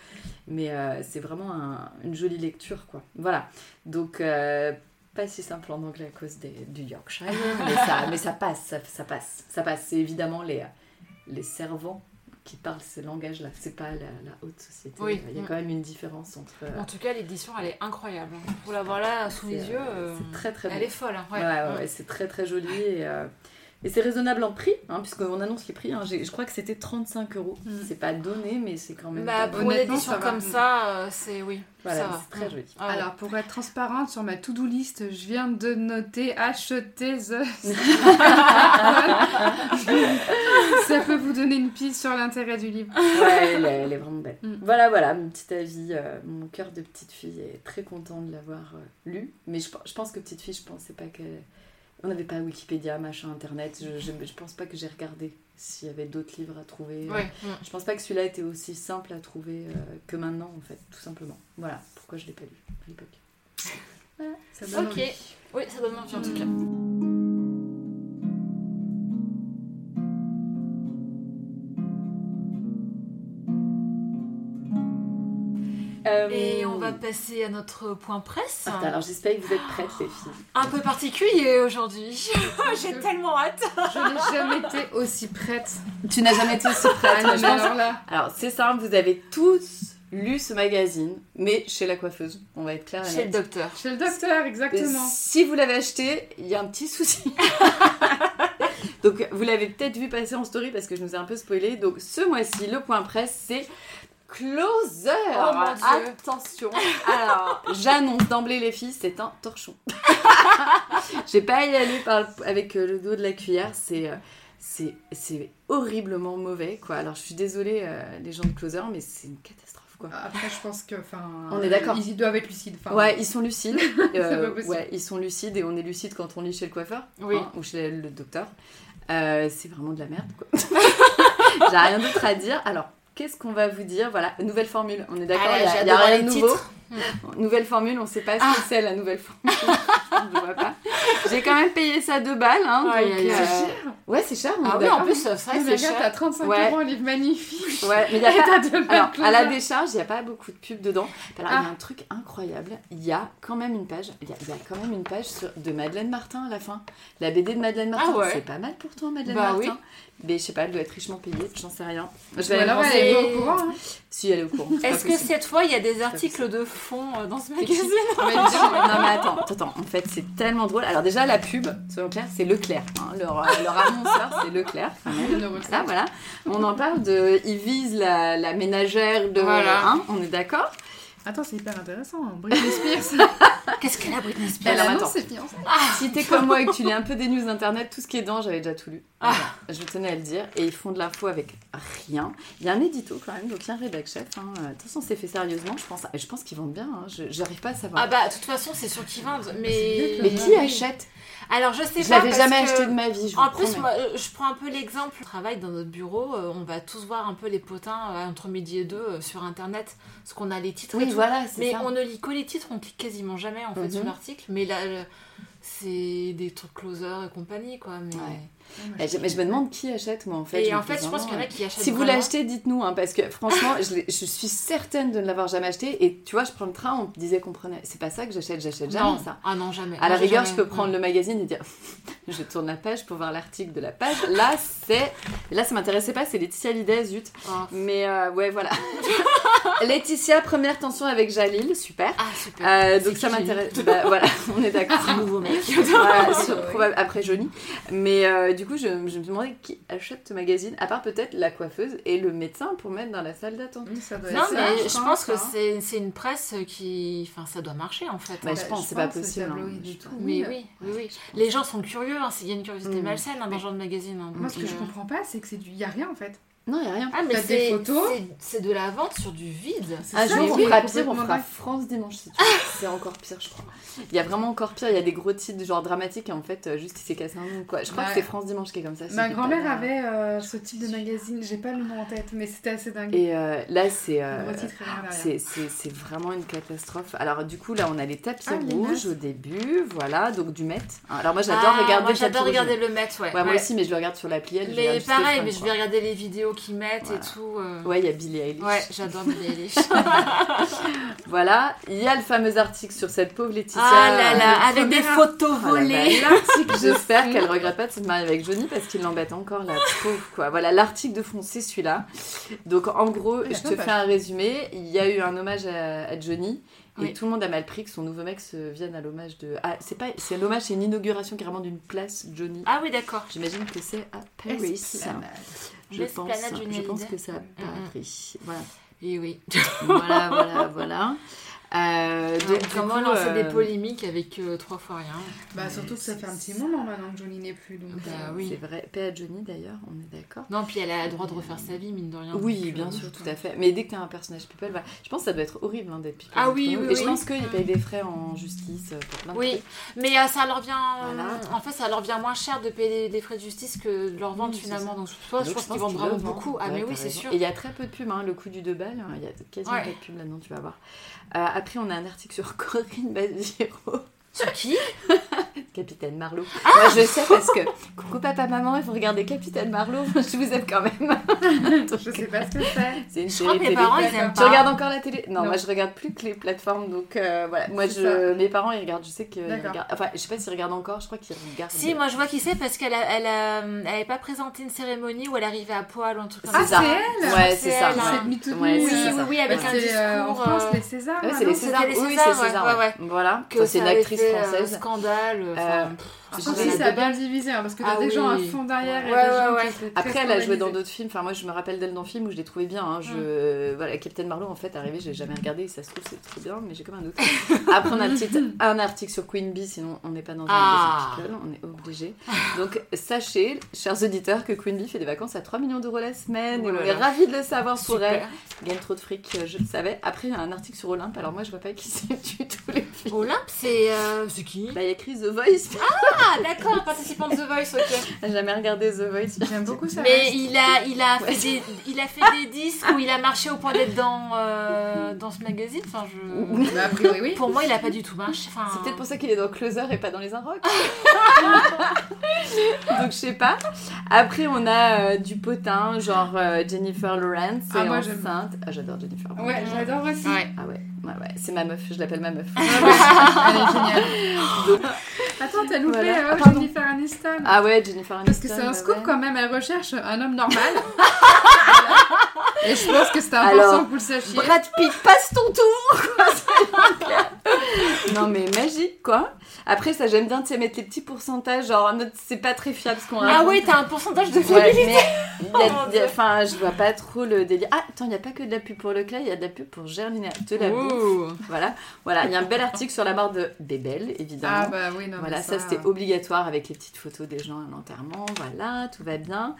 Mais euh, c'est vraiment un- une jolie lecture, quoi. Voilà. Donc, euh, pas si simple en anglais à cause des- du Yorkshire, mais ça, mais ça passe, ça, ça passe, ça passe. C'est évidemment les, les servants qui parlent ce langage-là, c'est pas la, la haute société.
Oui.
Il y a quand même une différence entre. euh,
En tout cas, l'édition, elle est incroyable. Pour l'avoir là sous les
c'est,
yeux,
euh,
euh,
c'est très très
elle
beau.
est folle. hein, ouais.
Ouais, ouais, ouais, c'est très très joli et, euh, et c'est raisonnable en prix, hein, puisqu'on annonce les prix. hein. J'ai- je crois que c'était 35 euros.
Mm.
C'est pas donné, mais c'est quand même. pas-
Bah, pour une
Honnêtement,
édition
ça va.
comme ça, euh, c'est oui.
Mm.
ça
voilà,
va.
c'est très
Mm.
joli.
Ah ouais.
Alors, pour être transparente sur ma to-do list, je viens de noter acheter The. Ça peut vous donner une piste sur l'intérêt du livre.
Ouais, elle, est- elle est vraiment belle.
Mm.
Voilà, voilà, mon petit avis. euh, mon cœur de petite fille est très content de l'avoir euh, lu. Mais je, pe- je pense que petite fille, je pensais pas qu'elle. On n'avait pas Wikipédia, machin, internet. Je, je, je pense pas que j'ai regardé s'il y avait d'autres livres à trouver.
Ouais, mm.
Je pense pas que celui-là était aussi simple à trouver euh, que maintenant, en fait, tout simplement. Voilà pourquoi je l'ai pas lu à l'époque.
Ça donne
Ok.
envie.
Oui, ça donne envie en tout
Mm.
cas.
Euh,
Et on va passer à notre point presse.
Attends, alors j'espère que vous êtes prêtes, les filles.
Un peu particulier aujourd'hui. J'ai tellement hâte.
Je n'ai jamais été aussi prête.
Tu n'as jamais été aussi prête.
Ah non, mais alors là.
Alors, c'est simple, vous avez tous lu ce magazine, mais chez la coiffeuse. On va être clair.
Chez le docteur.
Chez le docteur, exactement.
Si vous l'avez acheté, il y a un petit souci. donc, vous l'avez peut-être vu passer en story parce que je nous ai un peu spoilé. Donc, ce mois-ci, le point presse, c'est Closer.
Oh mon Dieu.
Attention. Alors, j'annonce d'emblée, les filles, c'est un torchon. J'ai pas y aller par le- avec euh, le dos de la cuillère. C'est. euh, c'est c'est horriblement mauvais quoi. Alors je suis désolée euh, les gens de Closer mais c'est une catastrophe quoi.
Après, je pense que, enfin,
On est d'accord.
Ils doivent être lucides. enfin.
Ouais, ils sont lucides. Euh,
pas possible.
ouais, ils sont lucides et on est lucide quand on lit chez le coiffeur
Oui.
hein, ou chez le docteur. Euh, c'est vraiment de la merde, quoi. J'ai rien d'autre à dire. Alors, qu'est-ce qu'on va vous dire Voilà, nouvelle formule. On est d'accord,
Ah là,
il y a-
j'ai
il y a
adoré
rien de
le
nouveau.
titre.
Nouvelle formule, on ne sait pas
Ah.
ce que c'est la nouvelle formule. Je vois pas. J'ai quand même payé ça 2 balles. Hein,
Aïe,
donc,
aïe,
euh,
C'est cher.
Ouais, c'est cher. on est
Ah oui,
d'accord.
en plus, c'est vrai
Mais
que c'est
regarde, t'as
cher.
35
Ouais.
euros, un livre magnifique.
Ouais, mais il y a
Et
pas-
t'as deux
Alors,
balles
à la
closer.
décharge, il n'y a pas beaucoup de pubs dedans. Alors, il y a
Ah.
un truc incroyable. Il y a quand même une page. Il y a, il y a quand même une page sur- de Madeleine Martin à la fin. La BD de Madeleine Martin.
Ah ouais.
C'est pas mal pourtant, Madeleine
Bah
Martin.
oui.
Mais je sais pas, elle doit être richement payée. J'en sais rien. Je
Ou
vais aller
alors,
me
elle est
renseigner.
pas au courant. hein.
Si elle est au courant. c'est
Est-ce
pas
que
possible.
cette fois, il y a des articles
possible.
de fond euh, dans ce magazine
On va lui dire,
Non mais attends, attends, en fait c'est tellement drôle. Alors déjà la pub, soyons clairs, c'est Leclerc. hein. Leur, euh, leur annonceur c'est Leclerc.
elle ne reçoit
Ah voilà, on en parle de... Ils visent la, la ménagère de...
Voilà.
hein, on est d'accord
Attends, c'est hyper intéressant. hein. Britney Spears,
Qu'est-ce qu'elle a, Britney Spears
elle
alors,
annonce
attends.
ses Ah, fiançailles.
Si t'es comme moi et que tu lis un peu des news internet, tout ce qui est dedans, j'avais déjà tout lu.
Ah.
Voilà, Je tenais à le dire. Et ils font de l'info avec rien. Il y a un édito quand même, donc il y a un rédac chef. hein. Euh, De toute façon, c'est fait sérieusement. Je pense, je pense qu'ils vendent bien. hein. Je- J'arrive pas à savoir.
Ah bah, de toute façon, c'est sûr qu'ils vendent, mais...
C'est
Mais qui
Oui.
achète
Alors, je sais
Je
pas,
l'avais
parce
jamais
que-
acheté de ma vie. Je vous
En plus,
promets.
moi, euh, je prends un peu l'exemple. On travaille dans notre bureau, euh, on va tous voir un peu les potins euh, entre midi et deux euh, sur Internet, parce qu'on a les titres et
oui,
tout.
voilà, c'est
Mais
ça.
on ne lit que les titres, on clique quasiment jamais en fait
Mhm.
sur l'article. Mais là, euh, c'est des trucs closer et compagnie quoi. Mais...
Ouais. Bah, je, mais je me demande qui achète, moi, en fait.
Et
me
en
dis
fait, je
vraiment,
pense qu'il y en a qui achètent.
Si vous
vraiment.
l'achetez, dites-nous, hein, parce que franchement, je, l'ai- je suis certaine de ne l'avoir jamais acheté. Et tu vois, je prends le train, on me disait qu'on prenait. C'est pas ça que j'achète, j'achète jamais
non.
ça.
Ah non, jamais.
À la
Moi, j'ai
rigueur,
jamais-
je peux prendre le magazine et dire je tourne la page pour voir l'article de la page. Là, c'est là ça m'intéressait pas, c'est Laetitia Lidé, zut.
Ah,
Mais euh, ouais, voilà. Laetitia, première tension avec Jalil, super.
Ah, super.
Euh,
C'est
donc ça
qui, Jalil Ah.
m'intéresse. Bah, voilà, on est d'accord.
nouveau mec.
Voilà, sur- probable- après Johnny. Mais euh, du coup, je, je me demandais qui achète ce magazine, à part peut-être la coiffeuse et le médecin pour mettre dans la salle d'attente.
Mmh, ça doit
Non,
être ça,
mais je pense que
hein.
c'est c'est une presse qui. Enfin, ça doit marcher en fait.
Bah,
hein.
je
Bah,
pense, c'est pas
que
possible,
ça
hein.
brûle du
Je-
tout.
Mais oui, oui, oui. Les gens sont curieux, hein, s'il y a une curiosité
Mm.
malsaine hein, dans ce genre de magazine. hein,
Moi, ce
donc,
que je
euh,
comprends pas, c'est que c'est du. Y a rien en fait.
Non, il a rien.
Ah, mais
T'as des
c'est
photos
c'est- c'est de la vente sur du vide.
C'est
Un
ça,
jour, on
oui,
fera pire,
complètement
on fera
dingue. Ah.
France dimanche si tu veux. C'est encore pire, je crois. Il y a vraiment encore pire, il y a des gros titres genre dramatiques et en fait, euh, juste il s'est cassé un nom quoi. Je crois
Ouais.
que c'est France dimanche qui est comme ça. c'est
Ma
tout
grand-mère
à l'heure.
avait euh, ce type de magazine, j'ai pas le nom en tête, mais c'était assez dingue.
Et euh, là, c'est. euh,
Le titre est derrière.
C'est c'est- c'est vraiment une catastrophe. Alors, du coup, là, on a les tapis
Ah, les
rouges
notes.
au début, voilà, donc du Met. Hein, Alors, moi, j'adore
Ah,
regarder
Moi,
le tapis
j'adore
rouge.
regarder le maître, ouais.
Ouais, Moi
ouais.
aussi, mais je le regarde sur l'appli. elle, je
Mais
regarde juste les
pareil,
fringues,
mais je vais
quoi.
regarder les vidéos qu'ils mettent
Voilà.
et tout. euh.
Ouais, il y a Billie Eilish.
Ouais, j'adore Billie Eilish.
Voilà, il y a le fameux article sur cette pauvre Laetitia.
ah là là, avec des
premier
photos
Oh là là,
volées.
l'article, J'espère qu'elle regrette pas de se marier avec Johnny parce qu'il l'embête encore la pauvre quoi. Voilà l'article de fond c'est celui-là. Donc en gros
Oui, la
je te
pauvre.
fais un résumé. Il y a eu un hommage à, à Johnny et
Oui.
tout le monde a mal pris que son nouveau mec se vienne à l'hommage de. Ah c'est pas c'est l'hommage c'est une inauguration carrément d'une place Johnny.
Ah oui, d'accord.
J'imagine que c'est à Paris.
Esplanade.
Je pense,
L'esplanade Mm, du
je pense
Nélide.
que c'est à Paris. Voilà
Oui, oui.
voilà voilà voilà. Euh, donc,
Ouais,
du
Comment
coup,
lancer
euh,
des polémiques avec euh, trois fois rien
Bah, surtout que ça fait un petit moment maintenant que Johnny n'est plus. Donc,
Bah
euh,
oui.
C'est vrai. Paix à Johnny d'ailleurs, on est d'accord.
Non, puis elle a le droit de refaire sa vie, mine de rien.
Oui,
donc,
bien
euh,
sûr, tout à fait. Mais dès que t'as un personnage people, bah, je pense que ça doit être horrible hein, d'être people.
Ah
entre
oui,
nous.
oui,
Et je
oui.
pense qu'ils payent des frais en justice euh, pour plein de
Oui,
trucs.
mais euh, ça leur vient.
Voilà.
En fait, ça leur vient moins cher de payer les, les frais de justice que de leur vente
Oui, c'est
finalement. Donc, soit
Donc,
je pense qu'ils
qu'ils
vendent
le
vraiment
vendent.
beaucoup. Ah,
hein. Ouais,
mais
t'as
oui, c'est
raison.
sûr.
Et il y a très peu de pubs, hein, le coût du 2 balles, hein, il y a quasiment
Ouais.
pas de pub là-dedans, tu vas voir. Euh, après, on a un article sur Corinne Basiro,
Sur qui
Capitaine Marlowe.
Ah
Moi, je sais parce que, coucou papa, maman, il faut regarder Capitaine Marlowe, je vous aime quand même. Donc,
Je sais pas ce que c'est.
C'est une
Je crois
série
que mes
télé.
parents, ils
téléphone.
aiment
Tu
pas.
regardes encore la télé non,
Bah. Non.
moi je regarde plus que les plateformes, donc euh, voilà. Moi,
C'est
je, mes parents ils regardent, je sais qu'ils
D'accord.
regardent. Enfin, je sais pas s'ils regardent encore, je crois qu'ils regardent.
Si, moi je vois qui c'est parce qu'elle a- elle a- elle avait pas présenté une cérémonie où elle arrivait à poil ou un truc comme
C'est
Ah,
ça.
c'est
ça.
elle
Ouais, c'est
C'est
ça.
elle,
ouais.
hein.
C'est demi-tout
Ouais,
Oui,
c'est
oui,
ça.
oui, avec
Ouais.
un
C'est euh, en
discours.
France
euh,
les Césars.
Ouais,
maintenant.
c'est les
c'était
Césars.
les
Oui, c'est
Césars,
César.
ouais,
ouais.
ouais.
Voilà.
que
Ça, c'est une
ça avait
actrice
fait, euh,
française.
Scandale.
Euh,
enfin, pff,
je
Je pense
sais
scandale.
que
pas.
ça a bien divisé hein, parce que t'as
Ah
des gens à
oui.
fond derrière et
Ouais,
des gens
ouais,
qui
ouais.
étaient très
Après, elle a joué dans
scandalisés.
d'autres films. Enfin, moi, je me rappelle d'elle dans le film où je l'ai trouvée bien. hein. Je... Voilà, Captain Marlowe, en fait, arrivé, j'ai jamais regardé. Ça se trouve, c'est très bien, mais j'ai comme un doute. Après, on a un, petit- un article sur Queen Bee, sinon on n'est pas dans un
Ah.
magazine people, on est obligé. Donc, sachez, chers auditeurs, que Queen Bee fait des vacances à 3 millions d'euros la semaine. et on
Voilà.
est ravis de le savoir pour
Super.
elle. Gagne trop de fric, euh, je le savais. Après, il y a un article sur Olympe. Alors, moi, je vois pas qui c'est du tout. les-
Olympe, c'est euh, c'est qui
Bah, il y a écrit The Voice.
Ah, d'accord, participant de The Voice, ok.
J'ai jamais regardé The Voice.
J'aime beaucoup ça.
Mais il a, il a,
Ouais.
fait, des, il a fait des disques où il a marché au point d'être dans, euh, dans ce magazine. Enfin, je...
Bah, a priori, oui.
Pour moi, il a pas du tout marché. Enfin,
C'est
Ah.
peut-être pour ça qu'il est dans Closer et pas dans les Inrocks. Donc je sais pas. Après on a euh, du potin, genre euh, Jennifer Lawrence
Ah,
est
moi, j'aime.
enceinte. Ah j'adore Jennifer.
Ouais, Ah, j'adore aussi.
Ouais.
Ah ouais, ouais, ouais. c'est ma meuf, je l'appelle ma meuf.
Elle est géniale.
Donc-
Attends, t'as loupé
Voilà.
euh,
Ah, pardon.
Jennifer Aniston.
Ah ouais, Jennifer Aniston.
Parce que c'est un
ouais,
scoop
ouais.
quand même, elle recherche un homme normal. Et je pense que c'est important
Alors,
que vous le sachiez.
Brad Pitt, passe ton tour quoi, c'est clair. Non mais magique quoi. Après ça j'aime bien, tu sais, mettre les petits pourcentages, genre notre- c'est pas très fiable ce qu'on
Ah
raconte.
ouais, t'as un pourcentage de
Ouais,
fiabilité.
mais il y a-
Oh mon
il y a-
Dieu.
Enfin, je vois pas trop le délire. Ah, attends, il n'y a pas que de la pub pour Leclerc, il y a de la pub pour Gerlina. De la bouffe.
Ouh.
Voilà, voilà. Il y a un bel article sur la mort de Bébel, évidemment.
Ah bah oui, non,
voilà,
mais
ça,
ça,
c'était obligatoire avec les petites photos des gens à l'enterrement. Voilà, tout va bien.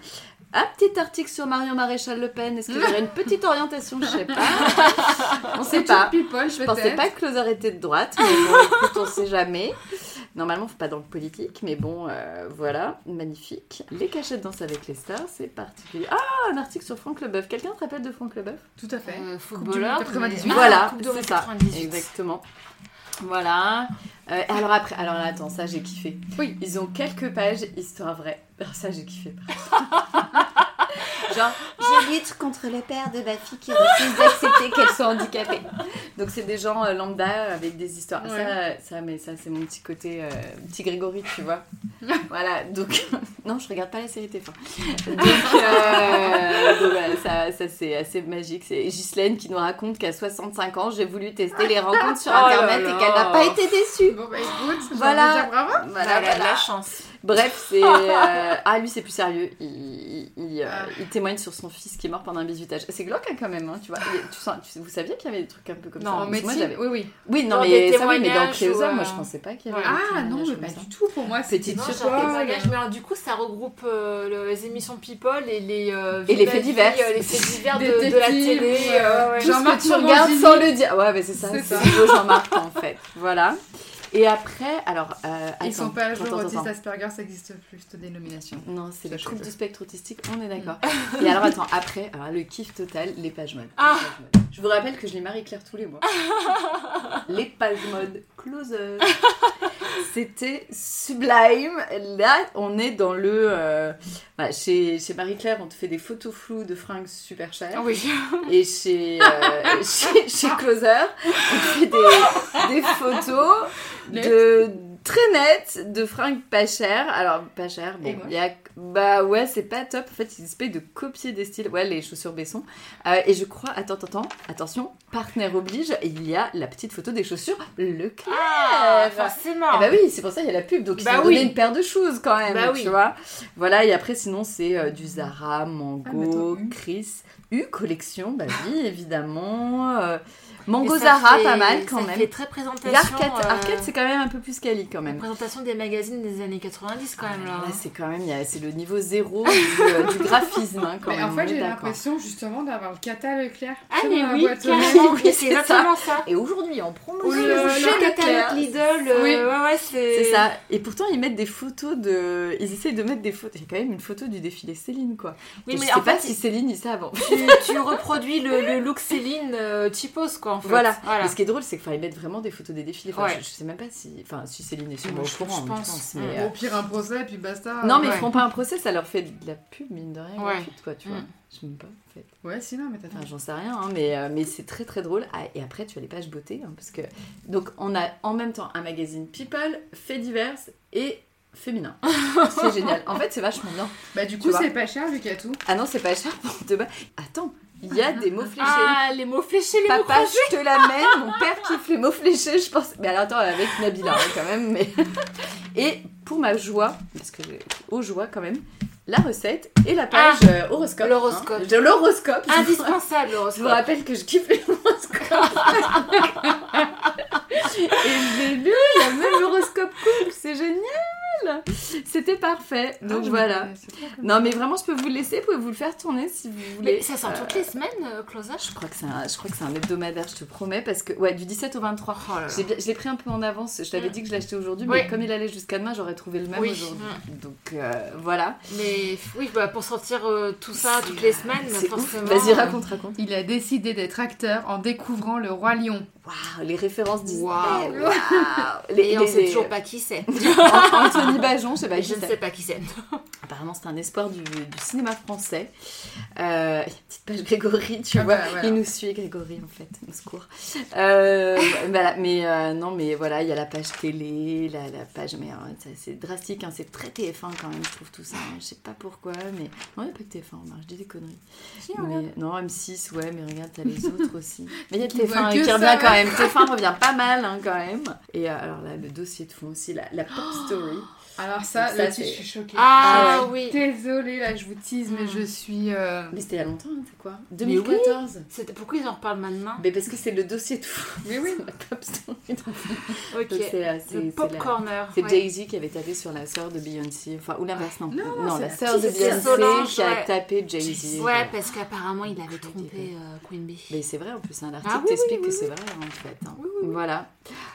Un petit article sur Marion Maréchal Le Pen. Est-ce qu'il y aurait une petite orientation Je sais pas. On sait
C'est
pas.
people,
Je
je
pensais pas que Closer était de droite, mais bon, écoute, on sait jamais. Normalement, faut pas dans le politique, mais bon, euh, voilà, magnifique. Les cachettes dansent avec les stars, c'est particulier. Ah, un article sur Franck Leboeuf. Quelqu'un te rappelle de Franck Leboeuf
Tout à fait.
Euh, footballeur.
Coupe du monde 98.
mais-
Voilà,
Ah, Coupe du monde
c'est ça,
98.
exactement. Voilà. Euh, alors après, alors là, attends, ça j'ai kiffé.
Oui.
Ils ont quelques pages histoire vraie. Alors ça j'ai kiffé. Genre, je lutte contre le père de ma fille qui refuse d'accepter qu'elle soit handicapée. Donc c'est des gens euh, lambda avec des histoires.
Ouais.
Ça, euh, ça, mais ça c'est mon petit côté euh, petit Grégory, tu vois. voilà. Donc non, je regarde pas la série TF1. Donc, euh, donc voilà, ça, ça c'est assez magique. C'est Ghislaine qui nous raconte qu'à 65 ans, j'ai voulu tester les rencontres sur
Oh là
Internet
là.
et qu'elle n'a pas été déçue.
Bon bah écoute, j'ai
Voilà.
envie de dire bravo.
Voilà,
Bah, elle a de
voilà.
la chance.
Bref, c'est. euh, Ah, lui, c'est plus sérieux. Il, il, euh,
Ah.
il témoigne sur son fils qui est mort pendant un bizutage. C'est glauque hein, quand même, hein, tu vois. Il- tu sens- tu- vous saviez qu'il y avait des trucs un peu comme
Non,
ça
En
Parce que moi,
médecine,
j'avais-
oui, oui.
Oui, non,
Dans
mais
des
ça oui, mais dans
témoignages
Cléosa,
ou,
moi,
euh,
je pensais pas qu'il y avait.
voilà.
des
Ah non,
témoignages
mais
comme
pas
ça.
du tout pour moi.
Petite
c'était
Non,
surprise.
genre
n'importe
des
quoi.
bagages, mais alors du coup, ça regroupe euh, les émissions People et les. euh,
Et les faits
vie-
divers.
euh, les faits divers de, de la
Détective,
télé. euh, ouais.
Tout ce
Jean-Marc
que tu regardes
Morandini.
sans le dire. Ouais, mais c'est ça,
C'est
c'est
ça.
le nouveau Jean-Marc en fait. Voilà. Et après, alors. euh,
Ils
attends,
sont pas à jour,
attends, attends,
autiste
attends.
Asperger, ça existe plus, cette dénomination.
Non, c'est Mm. le
Sachez-le.
trouble du spectre autistique, on est d'accord. Et alors attends, après, alors, le kiff total, les pages mode.
Ah.
Les pages mode. Je vous rappelle que je les Marie-Claire tous les mois. les pages mode closer. C'était sublime. Là, on est dans le. euh, voilà, chez chez Marie-Claire, on te fait des photos floues de fringues super chères.
Oui.
Et chez, euh, chez, chez Closer, on fait des, des photos de très nettes de fringues pas chères. Alors, pas chères,
Et
bon,
moches.
il y a- bah ouais, c'est pas top. En fait, ils essayent de copier des styles. Ouais, les chaussures Besson. Euh, et je crois, attends, attends, attends, attention, partenaire oblige, il y a la petite photo des chaussures Leclerc.
Ah, forcément.
Eh bah oui, c'est pour ça qu'il y a la pub, donc ils
Bah
ont
oui.
donné une paire de choses quand même,
Bah
tu
oui.
vois. Voilà, et après sinon c'est euh, du Zara,
Ah,
bah,
mais attends,
Mango,
U.
Chris, U collection, bah
Ah.
oui, évidemment. euh, Mango
Et ça
Zara,
fait-
pas mal quand
ça
même.
Fait très
Et
présentation.
Arcade,
euh,
Arcade, c'est quand même un peu plus quali quand même. Ah,
présentation des magazines des années 90 quand même là.
Là,
hein.
c'est quand même, il y a- c'est le niveau zéro du, euh, du graphisme hein, quand
Mais
même.
en
on
fait,
est
j'ai
d'accord.
l'impression justement d'avoir le cata Leclerc.
Ah
sur
mais
ma
oui,
boîte aux lettres.
carrément,
Oui,
mais
c'est
c'est exactement ça.
Et aujourd'hui, en promotion
Oh là là,
chez
le
Leclerc.
catalogue Lidl, euh,
Oui.
ouais, ouais, c'est...
C'est ça. Et pourtant, ils mettent des photos de. Ils essayent de mettre des photos. Il y a quand même une photo du défilé Céline, quoi.
Oui,
Et
mais
je sais
en
pas
fait,
si Céline, il savent.
tu, tu reproduis le, le look Céline euh, Chipos, quoi, en fait.
Voilà. Et ce qui est drôle, c'est qu'ils mettent vraiment des photos des défilés. Enfin,
Ouais.
je, je sais même pas si. Enfin, si Céline est sûrement
Moi,
au
je-
courant,
je
je
pense.
pense. mais,
Mm.
euh,
Au pire, un procès, puis basta.
Non, mais
Ouais.
ils feront pas un procès, ça leur fait de la pub, mine de rien.
Ouais.
gratuite, quoi, tu vois.
Mm.
Je sais même pas, en fait.
Ouais, si, non, mais t'as
Enfin, j'en sais rien, hein, mais, euh, mais c'est très très drôle. Ah, et après, tu as les pages beauté, hein, parce que. Donc, on a en même temps un magazine People, fait divers et féminin. c'est génial. En fait, c'est vachement bien.
Bah, du
Tu
coup,
vois.
c'est pas cher, vu qu'il y a tout.
Ah non, c'est pas cher pour de bas. Attends, il y a des mots fléchés.
Ah, les mots fléchés, les mots
Papa,
crochés.
je te l'amène. Mon père kiffe les mots fléchés, je pense. Mais alors, attends, avec Nabila hein, quand même. Mais... Et pour ma joie, parce que j'ai- aux joies quand même, la recette et la page euh, horoscope.
L'horoscope.
hein. De l'horoscope. Je vous-
Ah.
Je
Indispensable,
vous
l'horoscope.
rappelle que je kiffe les horoscopes. et j'ai lu, il y a même l'horoscope couple, c'est génial. C'était parfait.
Ah,
Ah,
Donc voilà. Non, mais vraiment, je peux vous le laisser. Vous pouvez vous le faire tourner si vous voulez.
Mais ça sort toutes les semaines, euh, Close Up
Je crois que c'est un, je crois que c'est un hebdomadaire, je te promets, parce que ouais, du 17 au 23.
Oh là là.
J'ai bien- Je l'ai pris un peu en avance. Je t'avais
Mm.
dit que je l'achetais aujourd'hui,
Oui.
mais comme il allait jusqu'à demain, j'aurais trouvé le même
Oui.
aujourd'hui. Donc euh, voilà.
Mais oui, bah, pour sortir euh, tout ça
C'est-
toutes les semaines,
C'est ouf.
forcément...
Vas-y,
euh,
raconte, raconte.
Il a décidé d'être acteur en découvrant le roi lion.
Waouh, les références Disney.
Waouh.
Waouh. Les-
Et on
les-
sait
les-
toujours pas qui c'est.
Anthony Bajon, je sais pas qui
je ne
c'est.
sais pas qui c'est.
Apparemment, c'est un espoir du, du cinéma français. Euh, il y a une petite page Grégory, tu
Ah
vois.
bah, voilà.
Il nous suit, Grégory, en fait, au secours. Euh, voilà, mais euh, non, mais voilà, il y a la page télé, la, la page. Mais euh, ça, c'est drastique, hein, c'est très TF1 quand même, je trouve tout ça. hein. Je sais pas pourquoi, mais. Non, il n'y a pas que TF1, remarque, je dis des conneries. Mais- non, M6, ouais, mais regarde, t'as les autres aussi. Mais il y a
Ils voient
TF1 hein,
que
qui
ça,
revient quand
ouais.
même. TF1 revient pas mal, hein, quand même. Et euh, alors là, le dossier de fond aussi, la, la pop story.
Alors, ça,
Ça,
là-dessus,
c'est-
je suis choquée.
Ah,
Je suis
oui.
Désolée, là, je vous tease, mais
Mm.
je suis. euh,
Mais c'était il y a longtemps, hein, c'est quoi
oui.
2014
C'est- Pourquoi ils en reparlent maintenant
Mais parce que c'est le dossier de fou.
Mais oui.
la pop story. Donc,
Ok.
c'est la- c'est-
Le
c'est
Pop
la-
Corner.
C'est
ouais.
Jay-Z qui avait tapé sur la sœur de Beyoncé, enfin, ou l'inverse, non.
Non, c'est
la
la
sœur de
petite sœur
Beyoncé
Solange,
qui a
ouais.
tapé Jay-Z.
Ouais, parce qu'apparemment, il avait trompé euh, Queen Bee.
Mais c'est vrai en plus, hein, l'article
Ah oui, oui,
t'explique
oui,
que
oui.
c'est vrai hein, en fait. hein.
Oui, oui, oui.
Voilà.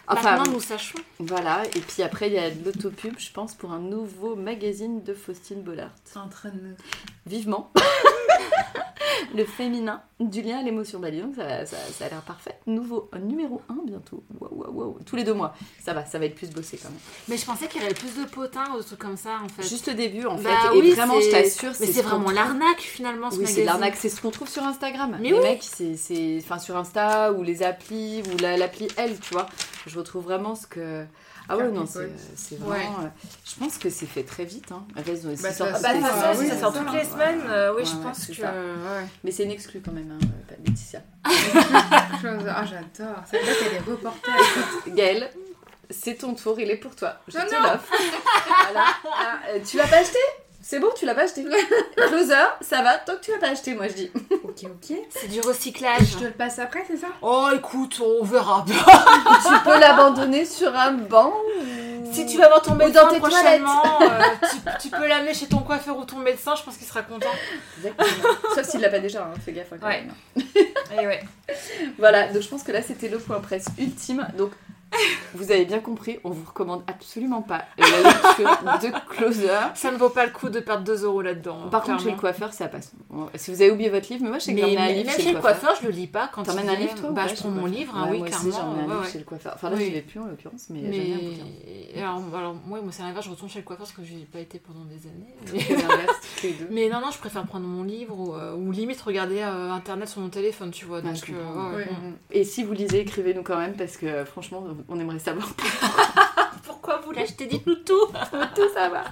Enfin,
Maintenant, nous sachons.
voilà. Et puis après, il y a de l'autopub, je pense, pour un nouveau magazine de Faustine Bollard.
en train de.
Vivement. Le féminin, du lien à l'émotion. Bah dis donc, ça, ça, ça a l'air parfait. Nouveau numéro 1 bientôt. Waouh, waouh, waouh. Tous les deux mois. Ça va, ça va être plus bossé quand même.
Mais je pensais qu'il y avait plus de potins ou des trucs comme ça en fait.
Juste le début en fait.
Bah
et
oui,
vraiment, je
c'est-
t'assure,
Mais
ce
c'est
qu'on
vraiment
trouve.
l'arnaque finalement ce
Oui, c'est
magazine.
l'arnaque, c'est ce qu'on trouve sur Instagram.
Mais
les
oui.
mecs, c'est, c'est- enfin sur Insta ou les applis ou la- l'appli Elle, tu vois. Je retrouve vraiment ce que. Ah ouais,
Car
non, c'est,
people.
c'est vraiment. euh, Je pense que c'est fait très vite. Hein. Après, ils ont essayé
Bah,
de sortir
ça-
Bah, de toute
Ah,
façon,
oui,
si ça
c'est
sort
ça.
toutes les semaines, euh, oui,
Ouais,
je
ouais,
pense
c'est
que.
ça.
ouais.
Mais c'est une exclue quand même, hein, pas de Laetitia.
Ah, Chose- Ah, j'adore. Ça, là, t'as des reportages.
Gaëlle, c'est ton tour, il est pour toi. Je
Non,
te
non.
l'offre. Voilà. Ah, euh, tu l'as pas acheté C'est bon, tu l'as pas acheté. Closer, ça va, tant que tu l'as pas acheté, moi je dis.
Ok, ok.
C'est du recyclage.
Ah, Je te le passe après, c'est ça
Oh, écoute, on verra.
tu peux l'abandonner sur un banc ou-
si tu vas voir ton
Ou
médecin
dans tes
prochainement, euh, tu, tu peux l'amener chez ton coiffeur ou ton médecin, je pense qu'il sera content.
Exactement. Sauf s'il l'a pas déjà, hein, fais gaffe hein, quand
Ouais.
même.
Et Eh ouais.
Voilà, donc je pense que là c'était le point presse ultime. Donc vous avez bien compris, on vous recommande absolument pas la lecture de Closer.
Ça ne vaut pas le coup de perdre 2 euros là-dedans. hein,
Par contre, chez le
clairement.
coiffeur, ça passe. Bon, Si vous avez oublié votre livre, mais moi, je sais que
mais,
j'emmène un
mais
livre
même
chez le coiffeur.
je le lis pas quand
T'emmènes
il
un
est-
livre, toi ou
Bah,
pas,
je
chez
prends
le
mon
coiffeur
livre, hein,
Ouais,
oui,
moi aussi,
clairement.
j'emmène un
ouais,
livre
ouais.
chez le coiffeur. Enfin, là,
Oui.
j'y vais plus en l'occurrence, mais j'aime bien le bouquin.
Mais alors, alors, moi, moi c'est l'inverse, je retourne chez le coiffeur parce que j'ai pas été pendant des années. mais-
C'est l'inverse, toutes les deux.
Mais non, non, je préfère prendre mon livre ou, euh, ou limite regarder euh, internet sur mon téléphone, tu vois.
Ah,
Donc,
je comprends.
euh, ouais,
Oui.
ouais.
mm. Et si vous lisez, écrivez-nous quand même, parce que euh, franchement, on aimerait savoir
Pourquoi vous l'achetez Dites-nous tout
tout ça va.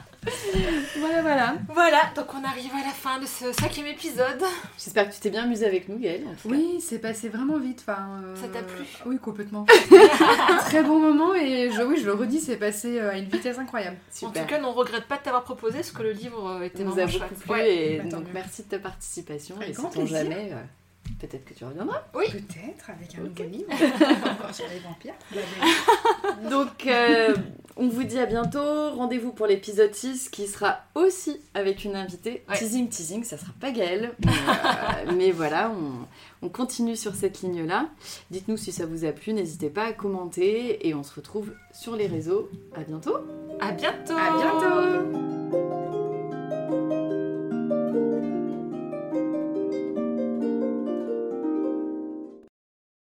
Voilà, voilà.
Voilà, donc on arrive à la fin de ce cinquième épisode.
J'espère que tu t'es bien amusée avec nous, Gaëlle. en tout cas.
Oui, c'est passé vraiment vite. Enfin, euh,
Ça t'a plu
Oui, complètement. Très bon moment et je, oui, je le redis, c'est passé euh, à une vitesse incroyable.
En
Super.
tout cas, nous, on regrette pas de t'avoir proposé parce que le livre euh, était
Ça nous a
vraiment
beaucoup
chouette.
plu
Ouais.
et
bah, tant
donc
mieux.
merci de ta participation.
Avec
Et
grand
sait-on
plaisir.
jamais, euh, peut-être que tu reviendras.
Peut-être avec un
Ok.
nouveau livre. Encore sur les vampires. Bah,
Donc, euh, on vous dit à bientôt. Rendez-vous pour l'épisode 6 qui sera aussi avec une invitée.
Ouais.
Teasing, teasing, ça sera pas Gaëlle. Mais, euh, mais voilà, on, on continue sur cette ligne-là. Dites-nous si ça vous a plu. N'hésitez pas à commenter et on se retrouve sur les réseaux. À bientôt.
Ah.
À bientôt
À bientôt.